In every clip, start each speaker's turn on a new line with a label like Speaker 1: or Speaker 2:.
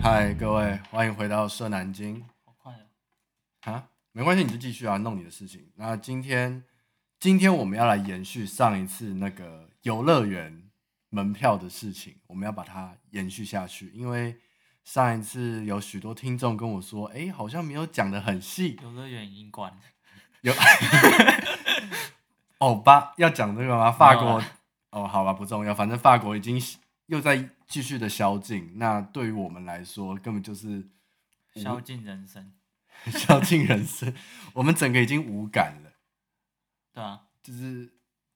Speaker 1: 嗨，各位，欢迎回到社南京
Speaker 2: 好快啊！
Speaker 1: 啊，没关系，你就继续啊，弄你的事情。那今天，今天我们要来延续上一次那个游乐园门票的事情，我们要把它延续下去，因为上一次有许多听众跟我说，哎，好像没有讲的很细，
Speaker 2: 游乐园已经关了，
Speaker 1: 有，欧巴哦要讲这个吗？法
Speaker 2: 没有啊
Speaker 1: 国
Speaker 2: 啦
Speaker 1: 哦，好吧，不重要，反正法国已经又在继续的宵禁，那对于我们来说，根本就是
Speaker 2: 宵禁人生。
Speaker 1: 宵禁人生，我们整个已经无感了，
Speaker 2: 对啊，
Speaker 1: 就是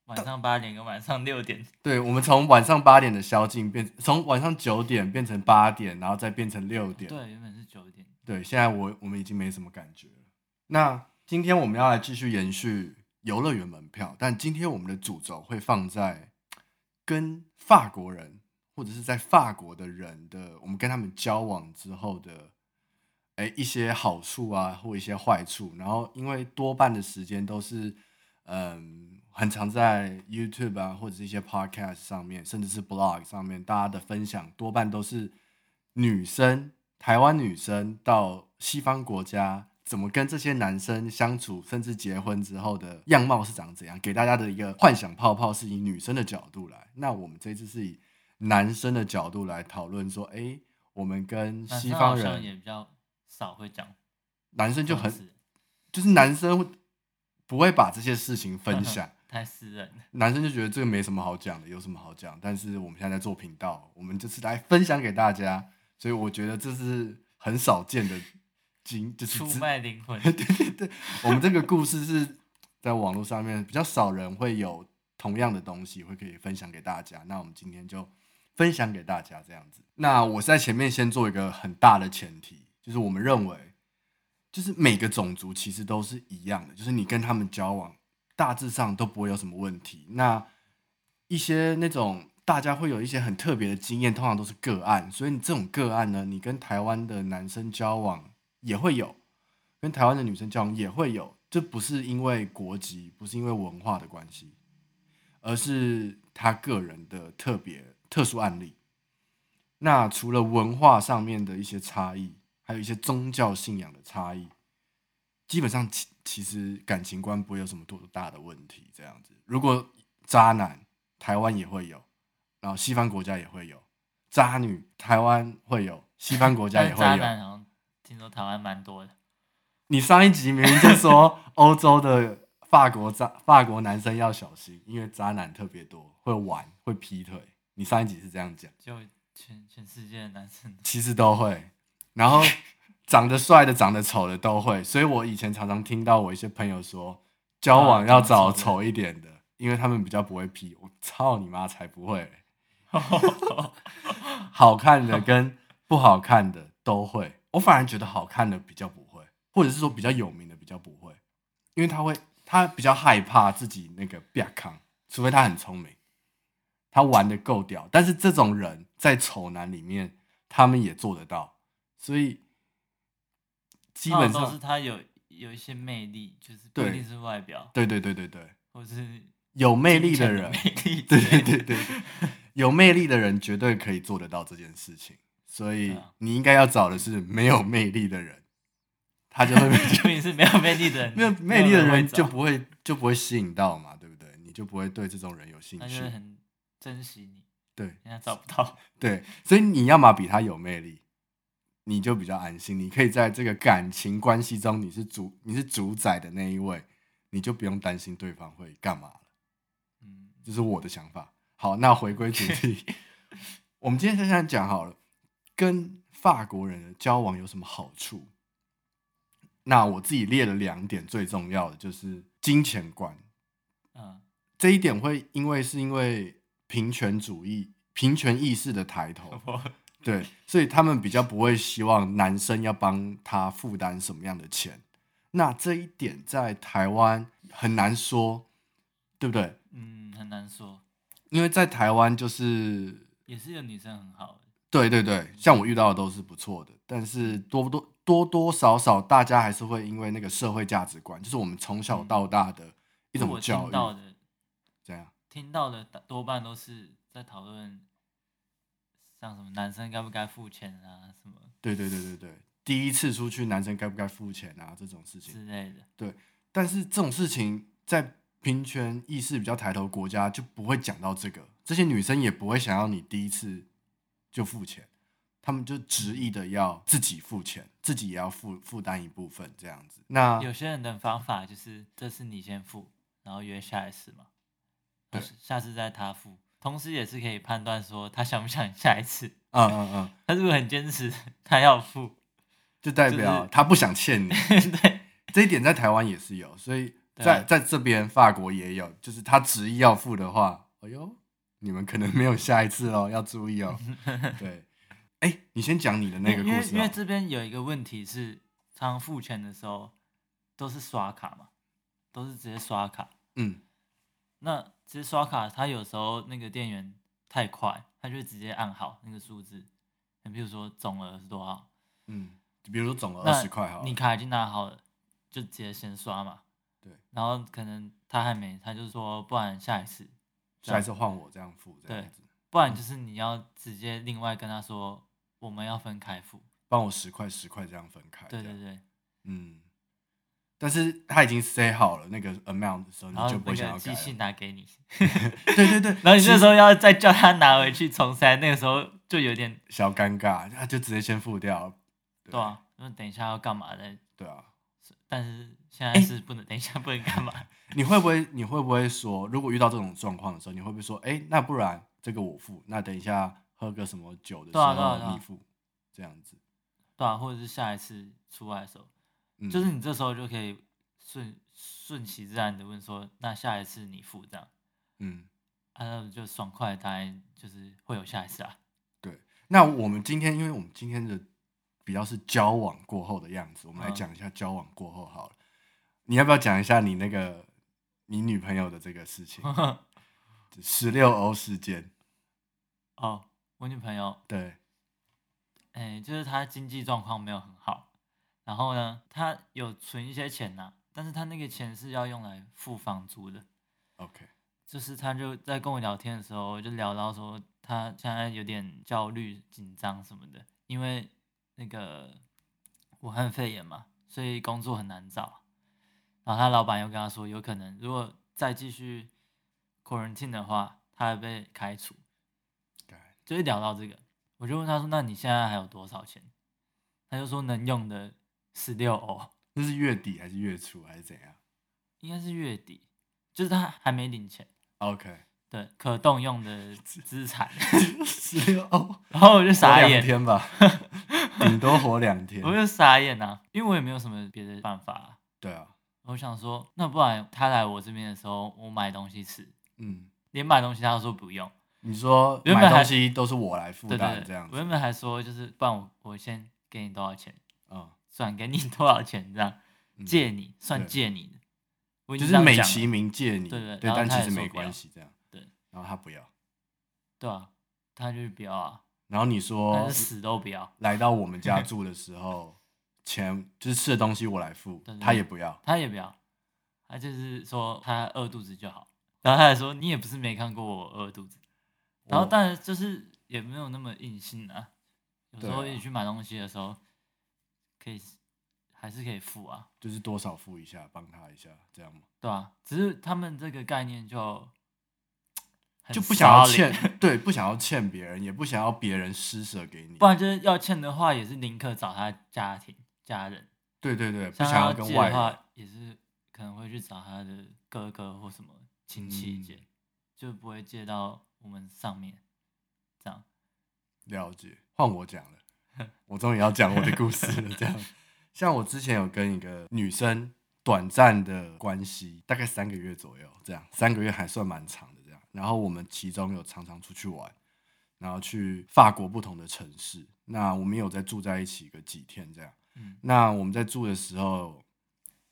Speaker 2: 晚上八点跟晚上六点，
Speaker 1: 对我们从晚上八点的宵禁变，从晚上九点变成八点，然后再变成六点，
Speaker 2: 对，原本是九点。
Speaker 1: 对，现在我我们已经没什么感觉了。那今天我们要来继续延续游乐园门票，但今天我们的主轴会放在跟法国人或者是在法国的人的，我们跟他们交往之后的，哎，一些好处啊，或一些坏处。然后因为多半的时间都是，嗯，很常在 YouTube 啊，或者是一些 Podcast 上面，甚至是 Blog 上面，大家的分享多半都是女生，台湾女生到西方国家怎么跟这些男生相处，甚至结婚之后的样貌是长怎样，给大家的一个幻想泡泡是以女生的角度来。那我们这次是以男生的角度来讨论说，哎，我们跟
Speaker 2: 男
Speaker 1: 西
Speaker 2: 生
Speaker 1: 方
Speaker 2: 好像
Speaker 1: 人
Speaker 2: 也比较少会讲
Speaker 1: 男生
Speaker 2: 这
Speaker 1: 就
Speaker 2: 种事，
Speaker 1: 很就是男生会不会把这些事情分享，
Speaker 2: 太 私人了。
Speaker 1: 男生就觉得这个没什么好讲的，有什么好讲？但是我们现在在做频道，我们就是来分享给大家，所以我觉得这是很少见的经，就是
Speaker 2: 出
Speaker 1: 只
Speaker 2: 卖灵 魂，
Speaker 1: 我们这个故事是在网络上面比较少人会有同样的东西会可以分享给大家。那我们今天就分享给大家这样子。那我在前面先做一个很大的前提，就是我们认为，就是每个种族其实都是一样的，就是你跟他们交往，大致上都不会有什么问题。那一些那种大家会有一些很特别的经验，通常都是个案，所以你这种个案呢，你跟台湾的男生交往也会有，跟台湾的女生交往也会有，这不是因为国籍，不是因为文化的关系，而是他个人的特别特殊案例。那除了文化上面的一些差异，还有一些宗教信仰的差异，基本上其其实感情观不会有什么多大的问题。这样子，如果渣男，台湾也会有，然后西方国家也会有；渣女，台湾会有，西方国家
Speaker 2: 但
Speaker 1: 也
Speaker 2: 是
Speaker 1: 会
Speaker 2: 渣
Speaker 1: 有。
Speaker 2: 男好像听说台湾蛮多的，
Speaker 1: 你上一集明明就说欧洲的法国渣法国男生要小心，因为渣男特别多，会玩会劈腿。你上一集是这样讲，
Speaker 2: 就全全世界的男生都
Speaker 1: 其实都会。然后长得帅的、长得丑的都会，所以我以前常常听到我一些朋友说，交往要找啊丑一点的，因为他们比较不会劈。我操你妈，才不会 嘞！好看的跟不好看的都会，我反而觉得好看的比较不会，或者是说比较有名的比较不会，因为他会他比较害怕自己那个变康，除非他很聪明，他玩的够屌。但是这种人在丑男里面，他们也做得到，所以基本
Speaker 2: 通常都是
Speaker 1: 上
Speaker 2: 他有有一些魅力，就是不
Speaker 1: 对
Speaker 2: 一定是外表，
Speaker 1: 对对对对对，
Speaker 2: 或是
Speaker 1: 有魅力
Speaker 2: 金钱
Speaker 1: 的
Speaker 2: 的
Speaker 1: 人
Speaker 2: 魅力之
Speaker 1: 对
Speaker 2: 类的，
Speaker 1: 对对 对，有魅力的人绝对可以做得到这件事情，所以
Speaker 2: 对啊
Speaker 1: 你应该要找的是没有魅力的人，他就 会
Speaker 2: 就你是没有魅力的人，
Speaker 1: 没有魅力的
Speaker 2: 没有
Speaker 1: 人
Speaker 2: 会找
Speaker 1: 就不会就不会吸引到嘛，对不对？你就不会对这种人有兴
Speaker 2: 他就
Speaker 1: 趣
Speaker 2: 会，很珍惜你，
Speaker 1: 对
Speaker 2: 人家找不到。
Speaker 1: 对，所以你要么比他有魅力，你就比较安心，你可以在这个感情关系中你是主你是主宰的那一位，你就不用担心对方会干嘛了。
Speaker 2: 嗯，
Speaker 1: 这是我的想法。好，那回归主题，我们今天现在讲好了，跟法国人的交往有什么好处？那我自己列了两点最重要的，就是金钱观
Speaker 2: 嗯，
Speaker 1: 这一点，会因为是因为平权主义、平权意识的抬头，
Speaker 2: 我
Speaker 1: 对，所以他们比较不会希望男生要帮他负担什么样的钱。那这一点在台湾很难说，对不对？
Speaker 2: 嗯很难说，
Speaker 1: 因为在台湾就是
Speaker 2: 也是有女生很好的，
Speaker 1: 对对对，像我遇到的都是不错的，但是多不多多多少少，大家还是会因为那个社会价值观，就是我们从小到大的一
Speaker 2: 嗯我
Speaker 1: 种教
Speaker 2: 听到
Speaker 1: 育，
Speaker 2: 的
Speaker 1: 这样
Speaker 2: 听到的大多半都是在讨论像什么男生该不该付钱啊，什么
Speaker 1: 对对对对对，第一次出去男生该不该付钱啊这种事情，
Speaker 2: 之类的，
Speaker 1: 但是这种事情在平权意识比较抬头的国家就不会讲到这个，这些女生也不会想要你第一次就付钱，她们就执意的要自己付钱，自己也要负负担一部分这样子。那
Speaker 2: 有些人的方法就是这次你先付，然后约下一次嘛，
Speaker 1: 对
Speaker 2: 下次再他付，同时也是可以判断说他想不想下一次。
Speaker 1: 嗯嗯嗯，
Speaker 2: 他如果很坚持，他要付，
Speaker 1: 就代
Speaker 2: 就
Speaker 1: 表
Speaker 2: 是
Speaker 1: 她不想欠你，
Speaker 2: 对，
Speaker 1: 这一点在台湾也是有，所以
Speaker 2: 对啊
Speaker 1: 在在这边法国也有，就是她执意要付的话，哎呦，你们可能没有下一次喽，要注意 哦。对，哎、你先讲你的那个故
Speaker 2: 因为
Speaker 1: 事、
Speaker 2: 因为
Speaker 1: 哦。
Speaker 2: 这边有一个问题是，常常付钱的时候都是刷卡嘛，都是直接刷卡。
Speaker 1: 嗯，
Speaker 2: 那直接刷卡，他有时候那个店员太快，他就会直接按好那个数字，你比如说总额是多少，
Speaker 1: 嗯，比如说总额
Speaker 2: 那
Speaker 1: 二十块好了
Speaker 2: 你卡已经拿好了，就直接先刷嘛。
Speaker 1: 对，
Speaker 2: 然后可能他还没，他就说不然下一次，
Speaker 1: 下一次换我这样付，这样
Speaker 2: 对
Speaker 1: 子，
Speaker 2: 不然就是你要直接另外跟他说我们要分开付。
Speaker 1: 帮我十块十块这样分开，
Speaker 2: 对
Speaker 1: 这
Speaker 2: 对
Speaker 1: 样
Speaker 2: 对，
Speaker 1: 嗯。但是他已经 say 好了那个 amount 的时候，你
Speaker 2: 然后
Speaker 1: 就不
Speaker 2: 那
Speaker 1: 会想
Speaker 2: 个
Speaker 1: 要改
Speaker 2: 机器
Speaker 1: 了。
Speaker 2: 拿给你，
Speaker 1: 对对对，
Speaker 2: 然后你那
Speaker 1: 是
Speaker 2: 时候要再叫他拿回去重塞，那个时候就有点
Speaker 1: 小尴尬，他就直接先付掉了。
Speaker 2: 对啊，那等一下要干嘛的？
Speaker 1: 对啊，
Speaker 2: 但是现
Speaker 1: 哎
Speaker 2: 在是不能，等一下不能干嘛？
Speaker 1: 你会不会你会不会说，如果遇到这种状况的时候，你会不会说，哎、那不然这个我付，那等一下喝个什么酒的时
Speaker 2: 对啊对啊对
Speaker 1: 候
Speaker 2: 啊
Speaker 1: 你付，这样子，
Speaker 2: 对啊，或者是下一次出来的时候，
Speaker 1: 嗯，
Speaker 2: 就是你这时候就可以顺顺其自然的问说，那下一次你付这样，
Speaker 1: 嗯，
Speaker 2: 啊，那我就爽快，当然就是会有下一次啊。
Speaker 1: 那我们今天，因为我们今天的比较是交往过后的样子，我们来
Speaker 2: 嗯
Speaker 1: 讲一下交往过后好了。你要不要讲一下你那个你女朋友的这个事情？
Speaker 2: 嗯
Speaker 1: 十六欧事件，
Speaker 2: 哦，我女朋友，
Speaker 1: 对，
Speaker 2: 哎、就是她经济状况没有很好，然后呢，她有存一些钱呐、但是她那个钱是要用来付房租的。
Speaker 1: OK，
Speaker 2: 就是她就在跟我聊天的时候，就聊到说她现在有点焦虑、紧张什么的，因为那个武汉肺炎嘛，所以工作很难找。然后她老板又跟她说，有可能如果再继续 quarantine 的话，她会被开除。
Speaker 1: 干
Speaker 2: 就是聊到这个，我就问她说：“那你现在还有多少钱？”她就说能用的十六欧，
Speaker 1: 那是月底还是月初还是怎样
Speaker 2: 应该是月底，就是她还没领钱。
Speaker 1: ？OK，
Speaker 2: 对，可动用的资产，
Speaker 1: 十六欧，
Speaker 2: 然后我就
Speaker 1: 活
Speaker 2: 傻
Speaker 1: 两
Speaker 2: 眼，
Speaker 1: 天 吧，顶多活两天
Speaker 2: 我。就傻眼啊，因为我也没有什么别的办法啊、
Speaker 1: 对啊，
Speaker 2: 我想说，那不然他来我这边的时候，我买东西吃，
Speaker 1: 嗯，
Speaker 2: 连买东西他都说不用。
Speaker 1: 你说
Speaker 2: 原本
Speaker 1: 买
Speaker 2: 还
Speaker 1: 东西都是我来负
Speaker 2: 对对
Speaker 1: 担
Speaker 2: 对，
Speaker 1: 这样
Speaker 2: 我
Speaker 1: 子，
Speaker 2: 原本还说就是，不然我我先给你多少钱，
Speaker 1: 嗯，
Speaker 2: 转给你多少钱这样，
Speaker 1: 嗯
Speaker 2: 借你算
Speaker 1: 对
Speaker 2: 借你的，我已
Speaker 1: 就
Speaker 2: 经
Speaker 1: 是
Speaker 2: 这样
Speaker 1: 美
Speaker 2: 讲
Speaker 1: 其
Speaker 2: 了
Speaker 1: 名借你，
Speaker 2: 对对然后
Speaker 1: 但其
Speaker 2: 他也
Speaker 1: 实
Speaker 2: 说
Speaker 1: 没
Speaker 2: 不要
Speaker 1: 关系这样。
Speaker 2: 对，
Speaker 1: 然后他不要，
Speaker 2: 对啊，他就是不要啊，
Speaker 1: 然后你
Speaker 2: 他
Speaker 1: 说
Speaker 2: 是死都不要，
Speaker 1: 来到我们家住的时候，钱就是吃的东西我来付
Speaker 2: 对，对
Speaker 1: 他也不要，
Speaker 2: 他也不要，他就是说他饿肚子就好。然后他还说你也不是没看过我饿肚子，然后
Speaker 1: 我
Speaker 2: 当然就是也没有那么硬性啊，有时
Speaker 1: 对
Speaker 2: 候
Speaker 1: 啊
Speaker 2: 一起去买东西的时候，可以还是可以付啊，
Speaker 1: 就是多少付一下，帮他一下，这样吗？
Speaker 2: 对啊，只是他们这个概念就很
Speaker 1: 就不想要
Speaker 2: solid
Speaker 1: 欠， 对，不想要欠别人，也不想要别人施舍给你
Speaker 2: 不，然就是要欠的话也是宁可找他家庭家人，
Speaker 1: 对对对，不
Speaker 2: 像
Speaker 1: 想
Speaker 2: 他
Speaker 1: 跟
Speaker 2: 借
Speaker 1: 外
Speaker 2: 的
Speaker 1: 人，
Speaker 2: 话也是可能会去找他的哥哥或什么亲戚
Speaker 1: 嗯
Speaker 2: 借，就不会借到我们上面这样。
Speaker 1: 了解，换我讲了，我终于要讲我的故事了。这样，像我之前有跟一个女生短暂的关系，大概三个月左右，这样三个月还算蛮长的这样。然后我们其中有常常出去玩，然后去法国不同的城市。那我们有在住在一起个几天这样。
Speaker 2: 嗯
Speaker 1: 那我们在住的时候，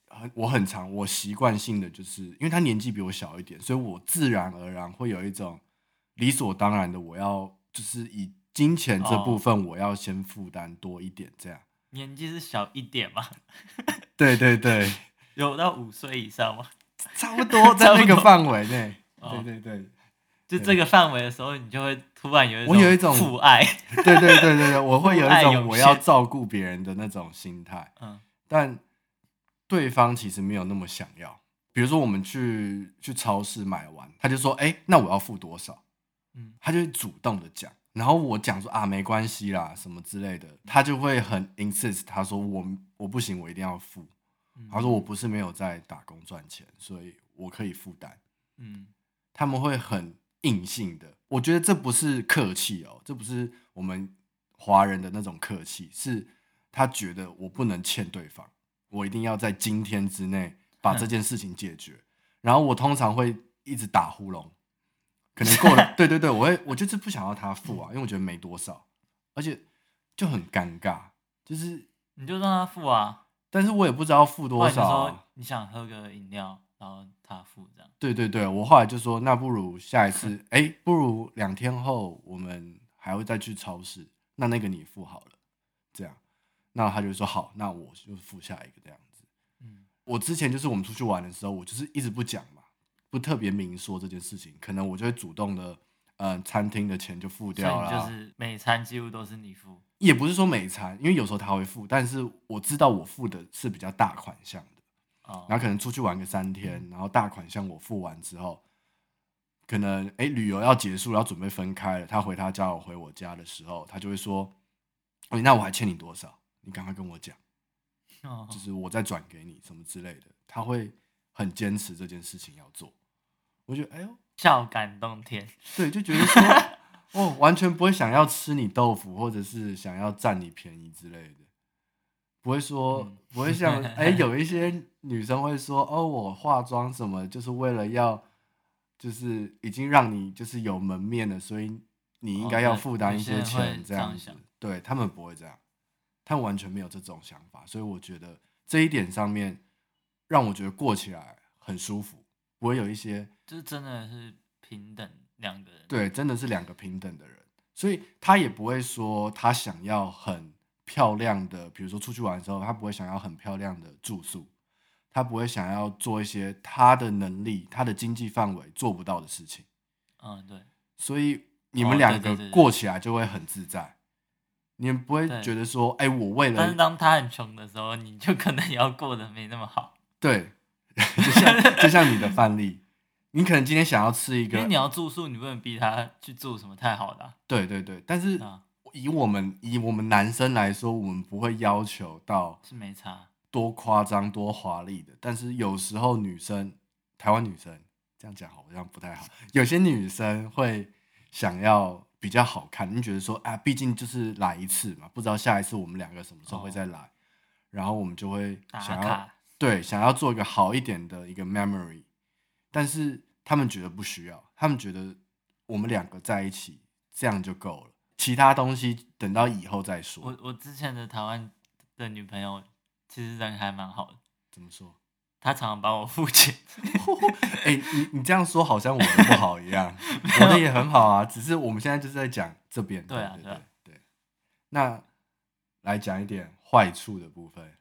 Speaker 1: 很我很常我习惯性的就是，因为她年纪比我小一点，所以我自然而然会有一种理所当然的，我要就是以金钱这部分我要先负担多一点这样。
Speaker 2: 年纪是小一点嘛，
Speaker 1: 对对对，
Speaker 2: 有到五岁以上吗？
Speaker 1: 差不多在
Speaker 2: 差不
Speaker 1: 那个
Speaker 2: 多
Speaker 1: 范围内。
Speaker 2: 哦
Speaker 1: 对对对，
Speaker 2: 就这个范围的时候，你就会突然有
Speaker 1: 我有一种
Speaker 2: 父爱，
Speaker 1: 对对对对对，我会有
Speaker 2: 父爱
Speaker 1: 一种
Speaker 2: 涌
Speaker 1: 我要
Speaker 2: 现
Speaker 1: 照顾别人的那种心态，
Speaker 2: 嗯
Speaker 1: 但对方其实没有那么想要。比如说我们去去超市买完，他就说：“哎、那我要付多少？”
Speaker 2: 嗯，
Speaker 1: 他就会主动的讲，然后我讲说啊没关系啦什么之类的，他就会很 insist，他说我我不行，我一定要付。
Speaker 2: 嗯
Speaker 1: 他说我不是没有在打工赚钱，所以我可以负担。
Speaker 2: 嗯
Speaker 1: 他们会很硬性的。我觉得这不是客气哦，这不是我们华人的那种客气，是他觉得我不能欠对方，我一定要在今天之内把这件事情解决。然后我通常会一直打呼噜，可能过 了，对对对，我会我就是不想要他付啊，因为我觉得没多少，而且就很尴尬，就是。
Speaker 2: 你就让他付啊，
Speaker 1: 但是我也不知道付
Speaker 2: 或
Speaker 1: 多
Speaker 2: 者你
Speaker 1: 少啊、
Speaker 2: 说你想喝个饮料，然后他付这样，
Speaker 1: 对对对，我后来就说，那不如下一次，哎，不如两天后我们还会再去超市，那那个你付好了，这样，那他就说好，那我就付下一个这样子。
Speaker 2: 嗯
Speaker 1: 我之前就是我们出去玩的时候，我就是一直不讲嘛，不特别明说这件事情，可能我就会主动的，呃，餐厅的钱就付
Speaker 2: 所以
Speaker 1: 掉
Speaker 2: 你
Speaker 1: 了，
Speaker 2: 就是每餐几乎都是你付，
Speaker 1: 也不是说每餐，因为有时候他会付，但是我知道我付的是比较大款项的。
Speaker 2: 哦，
Speaker 1: 然后可能出去玩个三天，然后大款项我付完之后，可能哎旅游要结束，要准备分开了，他回他家，我回我家的时候，他就会说：“哎、那我还欠你多少？你赶快跟我讲，
Speaker 2: 哦
Speaker 1: 就是我再转给你什么之类的。”他会很坚持这件事情要做，我觉得哎呦，
Speaker 2: 笑感动天，
Speaker 1: 对，就觉得说哦，完全不会想要吃你豆腐，或者是想要占你便宜之类的，不会说，
Speaker 2: 嗯
Speaker 1: 不会像哎、有一些女生会说哦，我化妆什么就是为了要，就是已经让你就是有门面了，所以你应
Speaker 2: 哦
Speaker 1: 该要
Speaker 2: 对
Speaker 1: 负担
Speaker 2: 有
Speaker 1: 一
Speaker 2: 些
Speaker 1: 些
Speaker 2: 人会
Speaker 1: 钱
Speaker 2: 这
Speaker 1: 这样
Speaker 2: 样
Speaker 1: 子
Speaker 2: 想，
Speaker 1: 对他们不会这样，他们完全没有这种想法，所以我觉得这一点上面让我觉得过起来很舒服，不会有一些。
Speaker 2: 就是真的是平等两个人，
Speaker 1: 对，真的是两个平等的人，所以他也不会说他想要很漂亮的，比如说出去玩的时候，他不会想要很漂亮的住宿，他不会想要做一些他的能力、他的经济范围做不到的事情，
Speaker 2: 嗯对，
Speaker 1: 所以你
Speaker 2: 哦
Speaker 1: 们
Speaker 2: 对
Speaker 1: 两
Speaker 2: 对
Speaker 1: 个
Speaker 2: 对对
Speaker 1: 过起来就会很自在，你们不会
Speaker 2: 对
Speaker 1: 觉得说，哎，我为
Speaker 2: 但是
Speaker 1: 了
Speaker 2: 当他很穷的时候，你就可能也要过得没那么好，
Speaker 1: 对， 就像就像你的范例，你可能今天想要吃一
Speaker 2: 因为
Speaker 1: 个
Speaker 2: 你，要住宿，你不能逼他去住什么太好的啊、
Speaker 1: 对对对，但是
Speaker 2: 啊
Speaker 1: 以我们以我们男生来说，我们不会要求到
Speaker 2: 是没差。
Speaker 1: 多夸张、多华丽的，但是有时候女生，台湾女生这样讲好像不太好， 有些女生会想要比较好看，你觉得说啊，毕竟就是来一次嘛，不知道下一次我们两个什么时候会再来，然后我们就会
Speaker 2: 哦打
Speaker 1: 想要
Speaker 2: 卡，
Speaker 1: 对想要做一个好一点的一个 memory，但是他们觉得不需要，他们觉得我们两个在一起这样就够了，其他东西等到以后再说
Speaker 2: 我。我之前的台湾的女朋友其实人还蛮好的，
Speaker 1: 怎么说？
Speaker 2: 她常常帮我付钱，
Speaker 1: 哎、你你这样说好像我的不好一 样，我的也很好啊，只是我们现在就是在讲这边。
Speaker 2: 对啊
Speaker 1: 对
Speaker 2: 对啊
Speaker 1: 对对。那来讲一点坏处的部分，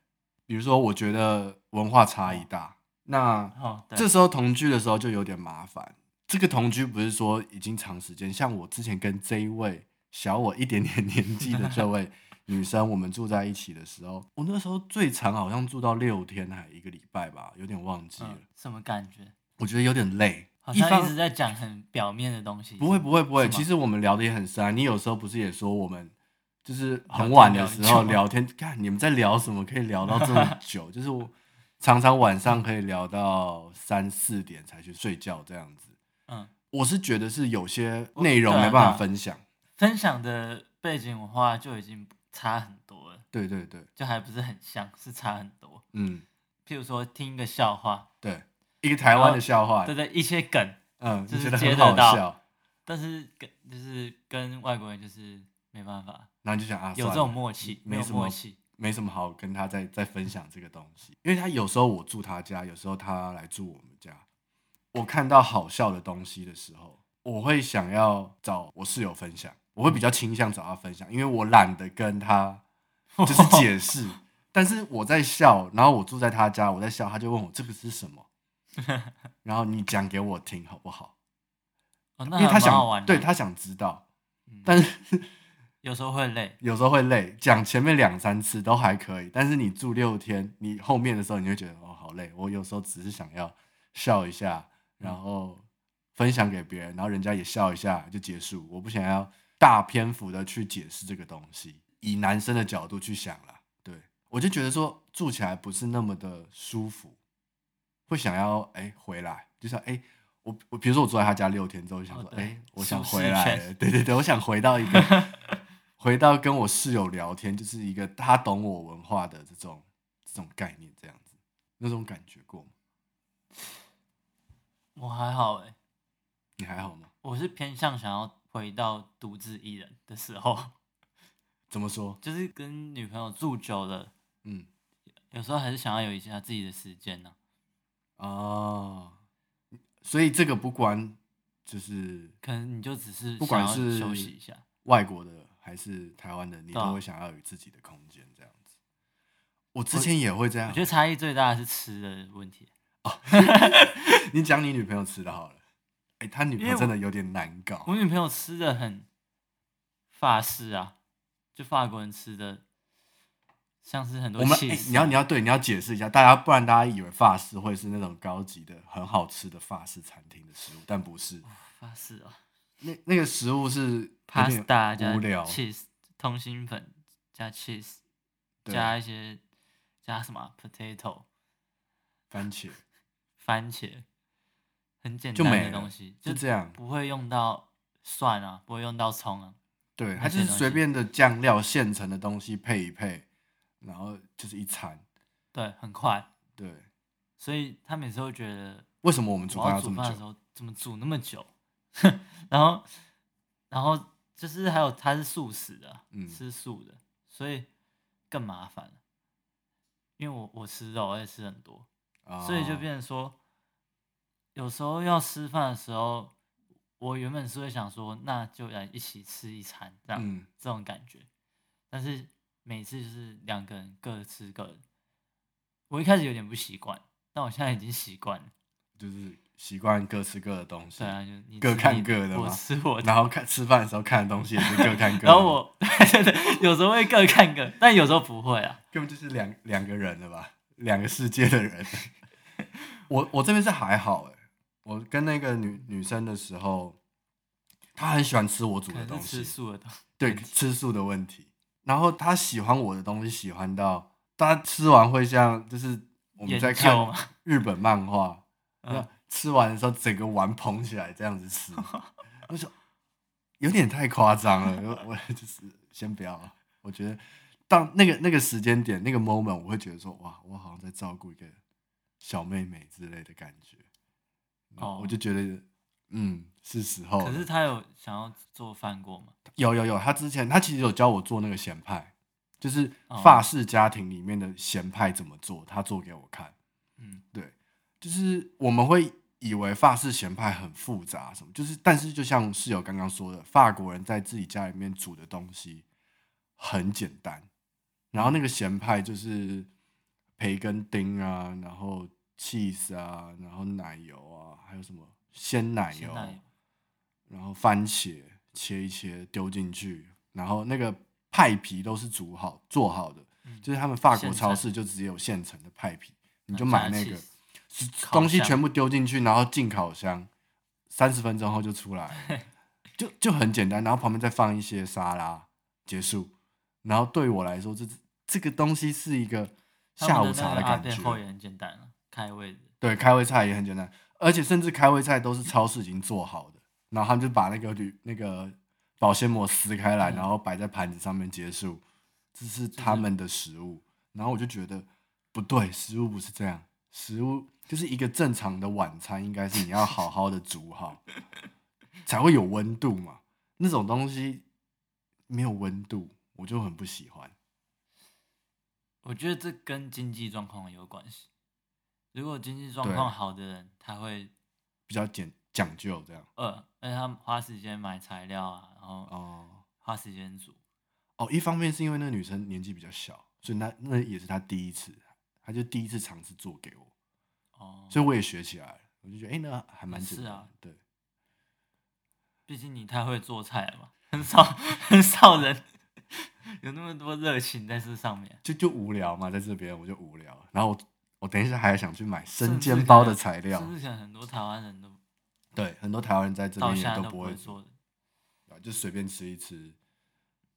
Speaker 1: 比如说，我觉得文化差异大，那
Speaker 2: 哦， 对，
Speaker 1: 这时候同居的时候就有点麻烦。这个同居不是说已经长时间，像我之前跟这一位小我一点点年纪的这位女生，我们住在一起的时候，我那时候最长好像住到六天还一个礼拜吧，有点忘记了。
Speaker 2: 嗯什么感觉？
Speaker 1: 我觉得有点累，
Speaker 2: 好
Speaker 1: 一
Speaker 2: 像
Speaker 1: 方
Speaker 2: 一直在讲很表面的东西。
Speaker 1: 不会不会不会，
Speaker 2: 是吗
Speaker 1: 其实我们聊的也很深啊。你有时候不是也说我们就是很
Speaker 2: 聊
Speaker 1: 晚的
Speaker 2: 天哦聊
Speaker 1: 时
Speaker 2: 很
Speaker 1: 候
Speaker 2: 久
Speaker 1: 聊天，看你们在聊什么，可以聊到这么 久，就是我常常晚上可以聊到三四点才去睡觉这样子。
Speaker 2: 嗯，
Speaker 1: 我是觉得是有些
Speaker 2: 我
Speaker 1: 内容
Speaker 2: 对啊
Speaker 1: 没办
Speaker 2: 对
Speaker 1: 法
Speaker 2: 啊
Speaker 1: 分享，
Speaker 2: 分享的背景文化就已经差很多了，
Speaker 1: 对对对，
Speaker 2: 就还不是很像，是差很多。
Speaker 1: 嗯，
Speaker 2: 譬如说听一个笑话，
Speaker 1: 对，一个台湾
Speaker 2: 后
Speaker 1: 的笑话
Speaker 2: 哦对，对，一些梗，
Speaker 1: 嗯，
Speaker 2: 就
Speaker 1: 你觉
Speaker 2: 是
Speaker 1: 得
Speaker 2: 接
Speaker 1: 很
Speaker 2: 得
Speaker 1: 好
Speaker 2: 到
Speaker 1: 笑，
Speaker 2: 但是跟就是跟外国人就是没办法，
Speaker 1: 然后就想啊，
Speaker 2: 有
Speaker 1: 算
Speaker 2: 这种
Speaker 1: 了
Speaker 2: 默契，
Speaker 1: 没
Speaker 2: 没有
Speaker 1: 什
Speaker 2: 默
Speaker 1: 么
Speaker 2: 契。
Speaker 1: 没什么好跟他再再分享这个东西，因为他有时候我住他家，有时候他来住我们家。我看到好笑的东西的时候，我会想要找我室友分享，我会比较倾向找他分享，因为我懒得跟他就是解 释。但是我在笑，然后我住在他家，我在笑，他就问我这个是什么，然后你讲给我听好不好？
Speaker 2: 哦， 那
Speaker 1: 因为他
Speaker 2: 还蛮
Speaker 1: 想
Speaker 2: 好玩的。
Speaker 1: 对他想知道，
Speaker 2: 嗯
Speaker 1: 但是
Speaker 2: 有时候会累，
Speaker 1: 有时候会累，讲前面两三次都还可以，但是你住六天，你后面的时候你会觉得哦好累。我有时候只是想要笑一下，然后分享给别人，然后人家也笑一下就结束。我不想要大篇幅的去解释这个东西，以男生的角度去想啦。对我就觉得说住起来不是那么的舒服，会想要哎、回来，就像哎。我我比如说我住在他家六天之后，就想说
Speaker 2: 哦，
Speaker 1: 哎、
Speaker 2: 对
Speaker 1: 我想
Speaker 2: 舒适
Speaker 1: 回来
Speaker 2: 圈
Speaker 1: 了，对对对，我想回到一个 回到跟我室友聊天，就是一个他懂我文化的这种这种概念，这样子，那种感觉过吗？
Speaker 2: 我还好哎，
Speaker 1: 你还好吗？
Speaker 2: 我是偏向想要回到独自一人的时候，
Speaker 1: 怎么说？
Speaker 2: 就是跟女朋友住久了，
Speaker 1: 嗯，
Speaker 2: 有时候还是想要有一下自己的时间啊呢、
Speaker 1: 哦，所以这个不管就是
Speaker 2: 可能你就只是
Speaker 1: 不管
Speaker 2: 想要
Speaker 1: 是啊
Speaker 2: 休息一下，
Speaker 1: 外国的还是台湾的，你
Speaker 2: 对啊
Speaker 1: 都会想要有自己的空间，这样子。我之前也会这
Speaker 2: 我
Speaker 1: 样
Speaker 2: 觉，得差异最大的是吃的问题，
Speaker 1: 你讲你女朋友吃的好了，哎、他女朋
Speaker 2: 因
Speaker 1: 友
Speaker 2: 为
Speaker 1: 真的有点难搞
Speaker 2: 我女朋友吃的很法式啊，就法国人吃的，像是很多
Speaker 1: 我们、
Speaker 2: 起
Speaker 1: 哎
Speaker 2: 司啊、
Speaker 1: 你要你要对你要解释一下，大家不然大家以为法式会是那种高级的、很好吃的法式餐厅的食物，但不是。
Speaker 2: 法式啊
Speaker 1: 那那个食物是有点
Speaker 2: ，pasta 加
Speaker 1: 无聊，
Speaker 2: cheese 通心粉加 cheese
Speaker 1: 对
Speaker 2: 加一些加什么啊 potato
Speaker 1: 番茄
Speaker 2: 番茄，很简
Speaker 1: 就
Speaker 2: 单
Speaker 1: 没
Speaker 2: 的
Speaker 1: 了
Speaker 2: 东西，
Speaker 1: 就
Speaker 2: 就
Speaker 1: 这样。
Speaker 2: 不会用到蒜啊，不会用到葱啊，
Speaker 1: 对，
Speaker 2: 那
Speaker 1: 它就
Speaker 2: 些
Speaker 1: 是
Speaker 2: 东
Speaker 1: 随
Speaker 2: 西
Speaker 1: 便的酱料、现成的东西配一配，然后就是一餐。
Speaker 2: 对，很快，
Speaker 1: 对，
Speaker 2: 所以他每次都觉得
Speaker 1: 为什么我们煮
Speaker 2: 我
Speaker 1: 饭
Speaker 2: 要
Speaker 1: 要
Speaker 2: 煮
Speaker 1: 这么
Speaker 2: 饭的时
Speaker 1: 久？
Speaker 2: 候怎么煮那么久？ 然后，然后就是还有他是素食的，
Speaker 1: 嗯
Speaker 2: 吃素的，所以更麻烦。因为我我吃肉，而且吃很多，所以就
Speaker 1: 哦
Speaker 2: 变成说，有时候要吃饭的时候，我原本是会想说，那就来一起吃一餐这样，
Speaker 1: 嗯
Speaker 2: 这种感觉。但是每次就是两个人各吃各的，我一开始有点不习惯，但我现在已经习惯了。
Speaker 1: 就是习惯各吃各的东西
Speaker 2: 对，啊，就你
Speaker 1: 各
Speaker 2: 吃
Speaker 1: 看
Speaker 2: 你
Speaker 1: 各的
Speaker 2: 我
Speaker 1: 吗
Speaker 2: 吃我的。
Speaker 1: 然后看吃饭的时候看的东西也是各看各的。
Speaker 2: 然后我， 对对对，有时候会各看各，但有时候不会啊。
Speaker 1: 根本就是两两个人了吧，两个世界的人。 我我这边是还好哎、我跟那个女女生的时候，她很喜欢吃我煮
Speaker 2: 可
Speaker 1: 的
Speaker 2: 能
Speaker 1: 东
Speaker 2: 是吃
Speaker 1: 西，
Speaker 2: 素的东西，
Speaker 1: 对吃素的问题。然后她喜欢我的东西，喜欢到她吃完会像就是我们
Speaker 2: 研
Speaker 1: 在
Speaker 2: 究
Speaker 1: 看
Speaker 2: 嘛，
Speaker 1: 日本漫画，
Speaker 2: 嗯
Speaker 1: 那吃完的时候整个碗捧起来这样子吃，我说有点太夸张了，我我就是先不要了。我觉得到那个那个时间点那个 moment，我会觉得说哇，我好像在照顾一个小妹妹之类的感觉，
Speaker 2: 哦
Speaker 1: 我就觉得嗯是时候了。
Speaker 2: 可是他有想要做饭过吗？
Speaker 1: 有有有，他之前他其实有教我做那个咸派，就是
Speaker 2: 哦
Speaker 1: 法式家庭里面的咸派怎么做，他做给我看。
Speaker 2: 嗯，
Speaker 1: 对，就是我们会以为法式咸派很复杂，什么就是，但是就像室友刚刚说的，法国人在自己家里面煮的东西很简单，然后那个咸派就是培根丁啊，然后 cheese 啊，然后奶油啊，还有什么鲜奶
Speaker 2: 现
Speaker 1: 油，
Speaker 2: 在
Speaker 1: 然后番茄切一切丢进去，然后那个派皮都是煮好做好的，
Speaker 2: 嗯
Speaker 1: 就是他们法国
Speaker 2: 现成
Speaker 1: 超市就只有现成的派皮，你就
Speaker 2: 加
Speaker 1: 买那个
Speaker 2: cheese 烤
Speaker 1: 东西
Speaker 2: 箱
Speaker 1: 全部丢进去，然后进烤箱，三十分钟后就出来 了就就很简单，然后旁边再放一些沙拉，结束。然后对我来说，这这个东西是一个下午茶
Speaker 2: 的
Speaker 1: 感
Speaker 2: 阿贝后也
Speaker 1: 觉，
Speaker 2: 很简单了，开胃的。
Speaker 1: 对，开胃菜也很简单，而且甚至开胃菜都是超市已经做好的，然后他们就把那个铝那个保鲜膜撕开来，
Speaker 2: 嗯
Speaker 1: 然后摆在盘子上面结束，这是他们的食物。然后我就觉得不对，食物不是这样，食物就是一个正常的晚餐，应该是你要好好的煮好，才会有温度嘛。那种东西没有温度，我就很不喜欢。
Speaker 2: 我觉得这跟经济状况有关系。如果经济状
Speaker 1: 对
Speaker 2: 况好的人，他会
Speaker 1: 比较简讲究这样
Speaker 2: 饿，而且他们花时间买材料啊，然后
Speaker 1: 哦
Speaker 2: 花时间煮。
Speaker 1: 哦，一方面是因为那个女生年纪比较小，所以那那也是她第一次，她就第一次尝试做给我，
Speaker 2: 哦，
Speaker 1: 所以我也学起来了。我就觉得，哎、那还蛮简
Speaker 2: 是
Speaker 1: 单的。
Speaker 2: 啊
Speaker 1: 对，
Speaker 2: 毕竟你太会做菜了嘛，很少 很少人 有那么多热情在这上面。
Speaker 1: 就就无聊嘛，在这边我就无聊。然后我我等一下还想去买生
Speaker 2: 甚至
Speaker 1: 煎
Speaker 2: 可
Speaker 1: 包的
Speaker 2: 能
Speaker 1: 材
Speaker 2: 是
Speaker 1: 料，
Speaker 2: 不是可能很多台湾人都
Speaker 1: 对，很多台湾人啊在这
Speaker 2: 到
Speaker 1: 边
Speaker 2: 现
Speaker 1: 也
Speaker 2: 在
Speaker 1: 不
Speaker 2: 不
Speaker 1: 会
Speaker 2: 会
Speaker 1: 做，
Speaker 2: 做的？
Speaker 1: 对啊就随便吃一吃，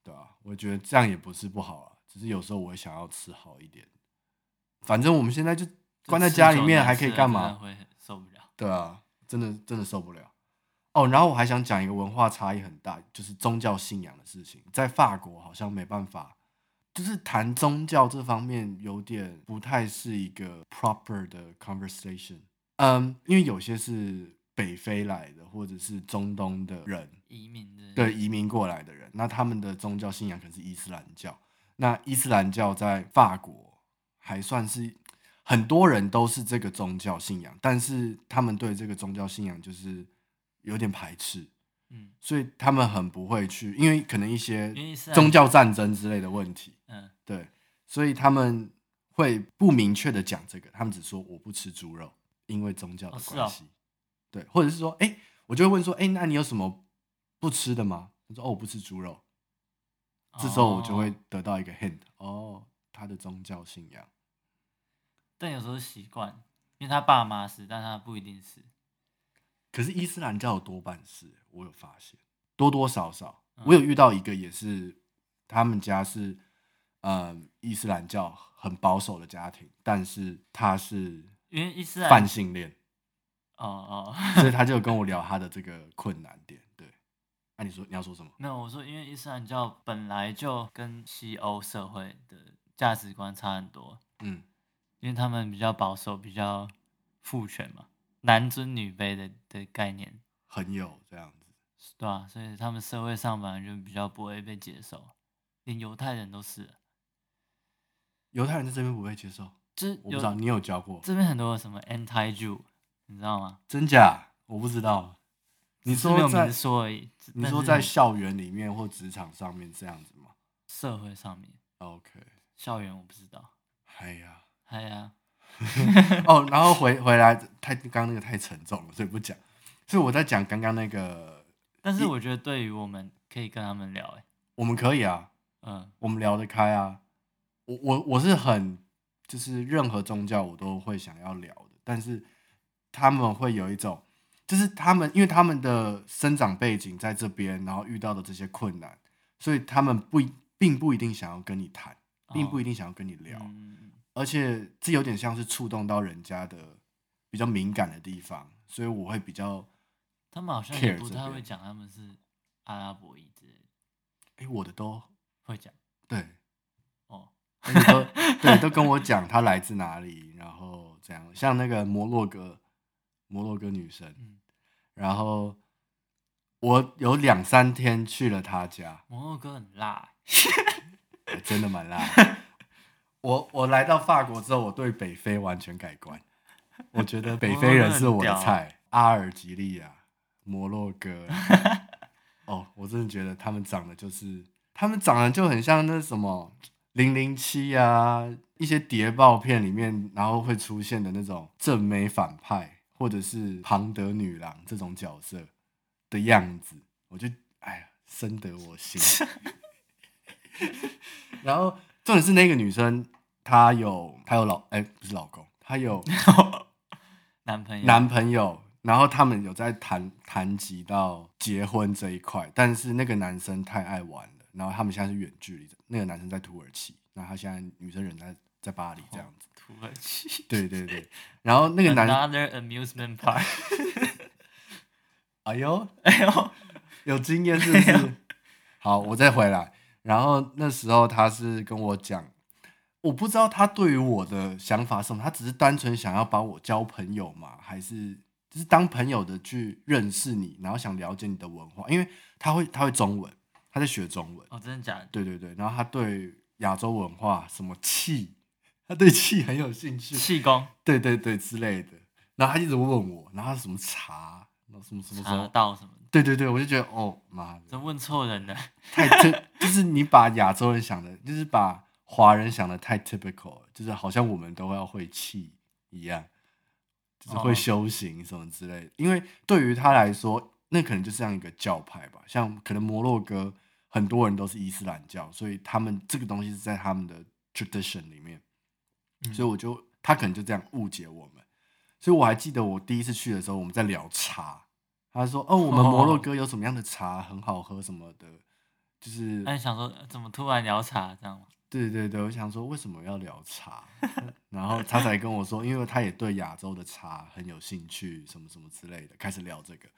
Speaker 1: 对啊，我觉得这样也不是不好啊，只是有时候我会想要吃好一点。反正我们现在就
Speaker 2: 就
Speaker 1: 关在
Speaker 2: 吃
Speaker 1: 家里
Speaker 2: 久了啊
Speaker 1: 面，
Speaker 2: 难
Speaker 1: 还可
Speaker 2: 吃
Speaker 1: 以
Speaker 2: 了
Speaker 1: 干
Speaker 2: 真
Speaker 1: 嘛
Speaker 2: 的？会很受不了。
Speaker 1: 对啊，真的真的受不了。哦，然后我还想讲一个文化差异很大，就是宗教信仰的事情，在法国好像没办法，就是谈宗教这方面有点不太是一个 proper 的 conversation。嗯，因为有些是北非来的，或者是中东的人，
Speaker 2: 移民的
Speaker 1: 对，移民过来的人，那他们的宗教信仰可能是伊斯兰教。那伊斯兰教在法国还算是很多人都是这个宗教信仰，但是他们对这个宗教信仰就是有点排斥，
Speaker 2: 嗯
Speaker 1: 所以他们很不会去，因为可能一些
Speaker 2: 因为伊斯兰
Speaker 1: 宗教战争之类的问题，
Speaker 2: 嗯
Speaker 1: 对，所以他们会不明确的讲这个，他们只说我不吃猪肉，因为宗教的
Speaker 2: 哦是
Speaker 1: 关
Speaker 2: 哦
Speaker 1: 系，对，或者是说，哎、我就会问说，哎、那你有什么不吃的吗？他说，哦，我不吃猪肉。这时候我就会
Speaker 2: 哦
Speaker 1: 得到一个 hint，哦，他的宗教信仰，
Speaker 2: 但有时候习惯，因为他爸妈是，但他不一定是。
Speaker 1: 可是伊斯兰教有多半是，我有发现，多多少少，
Speaker 2: 嗯
Speaker 1: 我有遇到一个也是，他们家是，嗯，伊斯兰教很保守的家庭，但是他是
Speaker 2: 因为伊斯兰
Speaker 1: 泛性恋。
Speaker 2: 哦哦，
Speaker 1: 所以他就跟我聊他的这个困难点。对，那、你说你要说什么？
Speaker 2: 没有，我说因为伊斯兰教本来就跟西欧社会的价值观差很多，
Speaker 1: 嗯，
Speaker 2: 因为他们比较保守，比较父权嘛，男尊女卑的的概念，
Speaker 1: 很有这样子，
Speaker 2: 对吧、所以他们社会上本来就比较不会被接受，连犹太人都是，
Speaker 1: 犹太人在这边不会接受，
Speaker 2: 就是
Speaker 1: 我不知道
Speaker 2: 有
Speaker 1: 你有教过，
Speaker 2: 这边很多什么 anti Jew，你知道吗？
Speaker 1: 真假？我不知道。你
Speaker 2: 只是没
Speaker 1: 说
Speaker 2: 有
Speaker 1: 在
Speaker 2: 明说而已，只
Speaker 1: 你
Speaker 2: 但
Speaker 1: 说
Speaker 2: 是
Speaker 1: 在校园里面或职场上面这样子吗
Speaker 2: 社会上面，
Speaker 1: ？OK，
Speaker 2: 校园我不知道，
Speaker 1: 哎呀，
Speaker 2: 哎呀，
Speaker 1: 哦，然后回回来太刚刚那个太沉重了，所以不讲。所以我在讲刚刚那个，
Speaker 2: 但是
Speaker 1: 一
Speaker 2: 我觉得对于我们可以跟他们聊、欸，
Speaker 1: 我们可以啊，
Speaker 2: 嗯
Speaker 1: 我们聊得开啊。我我我是很就是任何宗教我都会想要聊的，但是他们会有一种，就是他们因为他们的生长背景在这边，然后遇到的这些困难，所以他们不一并不一定想要跟你谈，并不一定想要跟你聊，
Speaker 2: 哦嗯
Speaker 1: 而且这有点像是触动到人家的比较敏感的地方，所以我会比较，
Speaker 2: 他们好像也
Speaker 1: care
Speaker 2: 不
Speaker 1: 这
Speaker 2: 太
Speaker 1: 边
Speaker 2: 会讲他们是阿拉伯裔之类的，
Speaker 1: 哎、我的都
Speaker 2: 会讲
Speaker 1: 对，
Speaker 2: 哦，
Speaker 1: 而且都对都跟我讲他来自哪里，然后这样，像那个摩洛哥摩洛哥女生，
Speaker 2: 嗯
Speaker 1: 然后我有两三天去了她家，
Speaker 2: 摩洛哥很辣欸、
Speaker 1: 还真的蛮辣的。我我来到法国之后，我对北非完全改观，我觉得北非人是我的菜，阿尔及利亚、摩洛哥，哦，我真的觉得他们长得就是，他们长得就很像那什么零零七啊，一些谍报片里面然后会出现的那种正美反派，或者是庞德女郎这种角色的样子，我就哎呀，深得我心。然后重点是那个女生，她有她有老哎、不是老公，她有
Speaker 2: 男朋友
Speaker 1: 男朋友，然后他们有在谈谈及到结婚这一块，但是那个男生太爱玩了，然后他们现在是远距离的，那个男生在土耳其，然后他现在女生人在在巴黎这样子，
Speaker 2: 土耳其
Speaker 1: 对对对，然 后那个男，
Speaker 2: Another amusement park，
Speaker 1: 哎呦，
Speaker 2: 哎呦，
Speaker 1: 有经验是不是？好，我再回来。然后那时候他是跟我讲，我不知道他对于我的想法是什么，他只是单纯想要把我交朋友嘛，还是就是当朋友的去认识你，然后想了解你的文化，因为他会他会中文，他在学中文，
Speaker 2: 哦，真的假的？
Speaker 1: 对对对，然后他对亚洲文化什么气，他对气很有兴趣，
Speaker 2: 气功
Speaker 1: 对对对之类的。然后他一直问我，然后什么茶，然后什么什么什
Speaker 2: 查
Speaker 1: 么，
Speaker 2: 到什么的？
Speaker 1: 对对对，我就觉得哦妈的，
Speaker 2: 真问错人了，
Speaker 1: 太 ty- 就是你把亚洲人想的，就是把华人想的太 typical，了就是好像我们都要会气一样，就是会
Speaker 2: 哦
Speaker 1: 修行什么之类的。因为对于他来说，那可能就是这样一个教派吧。像可能摩洛哥很多人都是伊斯兰教，所以他们这个东西是在他们的 tradition 里面，
Speaker 2: 嗯
Speaker 1: 所以我就他可能就这样误解我们。所以我还记得我第一次去的时候，我们在聊茶，他说：“哦， 我们摩洛哥有什么样的茶很好喝什么的。”就是
Speaker 2: 那你想说怎么突然聊茶这样吗？
Speaker 1: 对对对，我想说为什么要聊茶， 然后他才跟我说，因为他也对亚洲的茶很有兴趣，什么什么之类的，开始聊这个。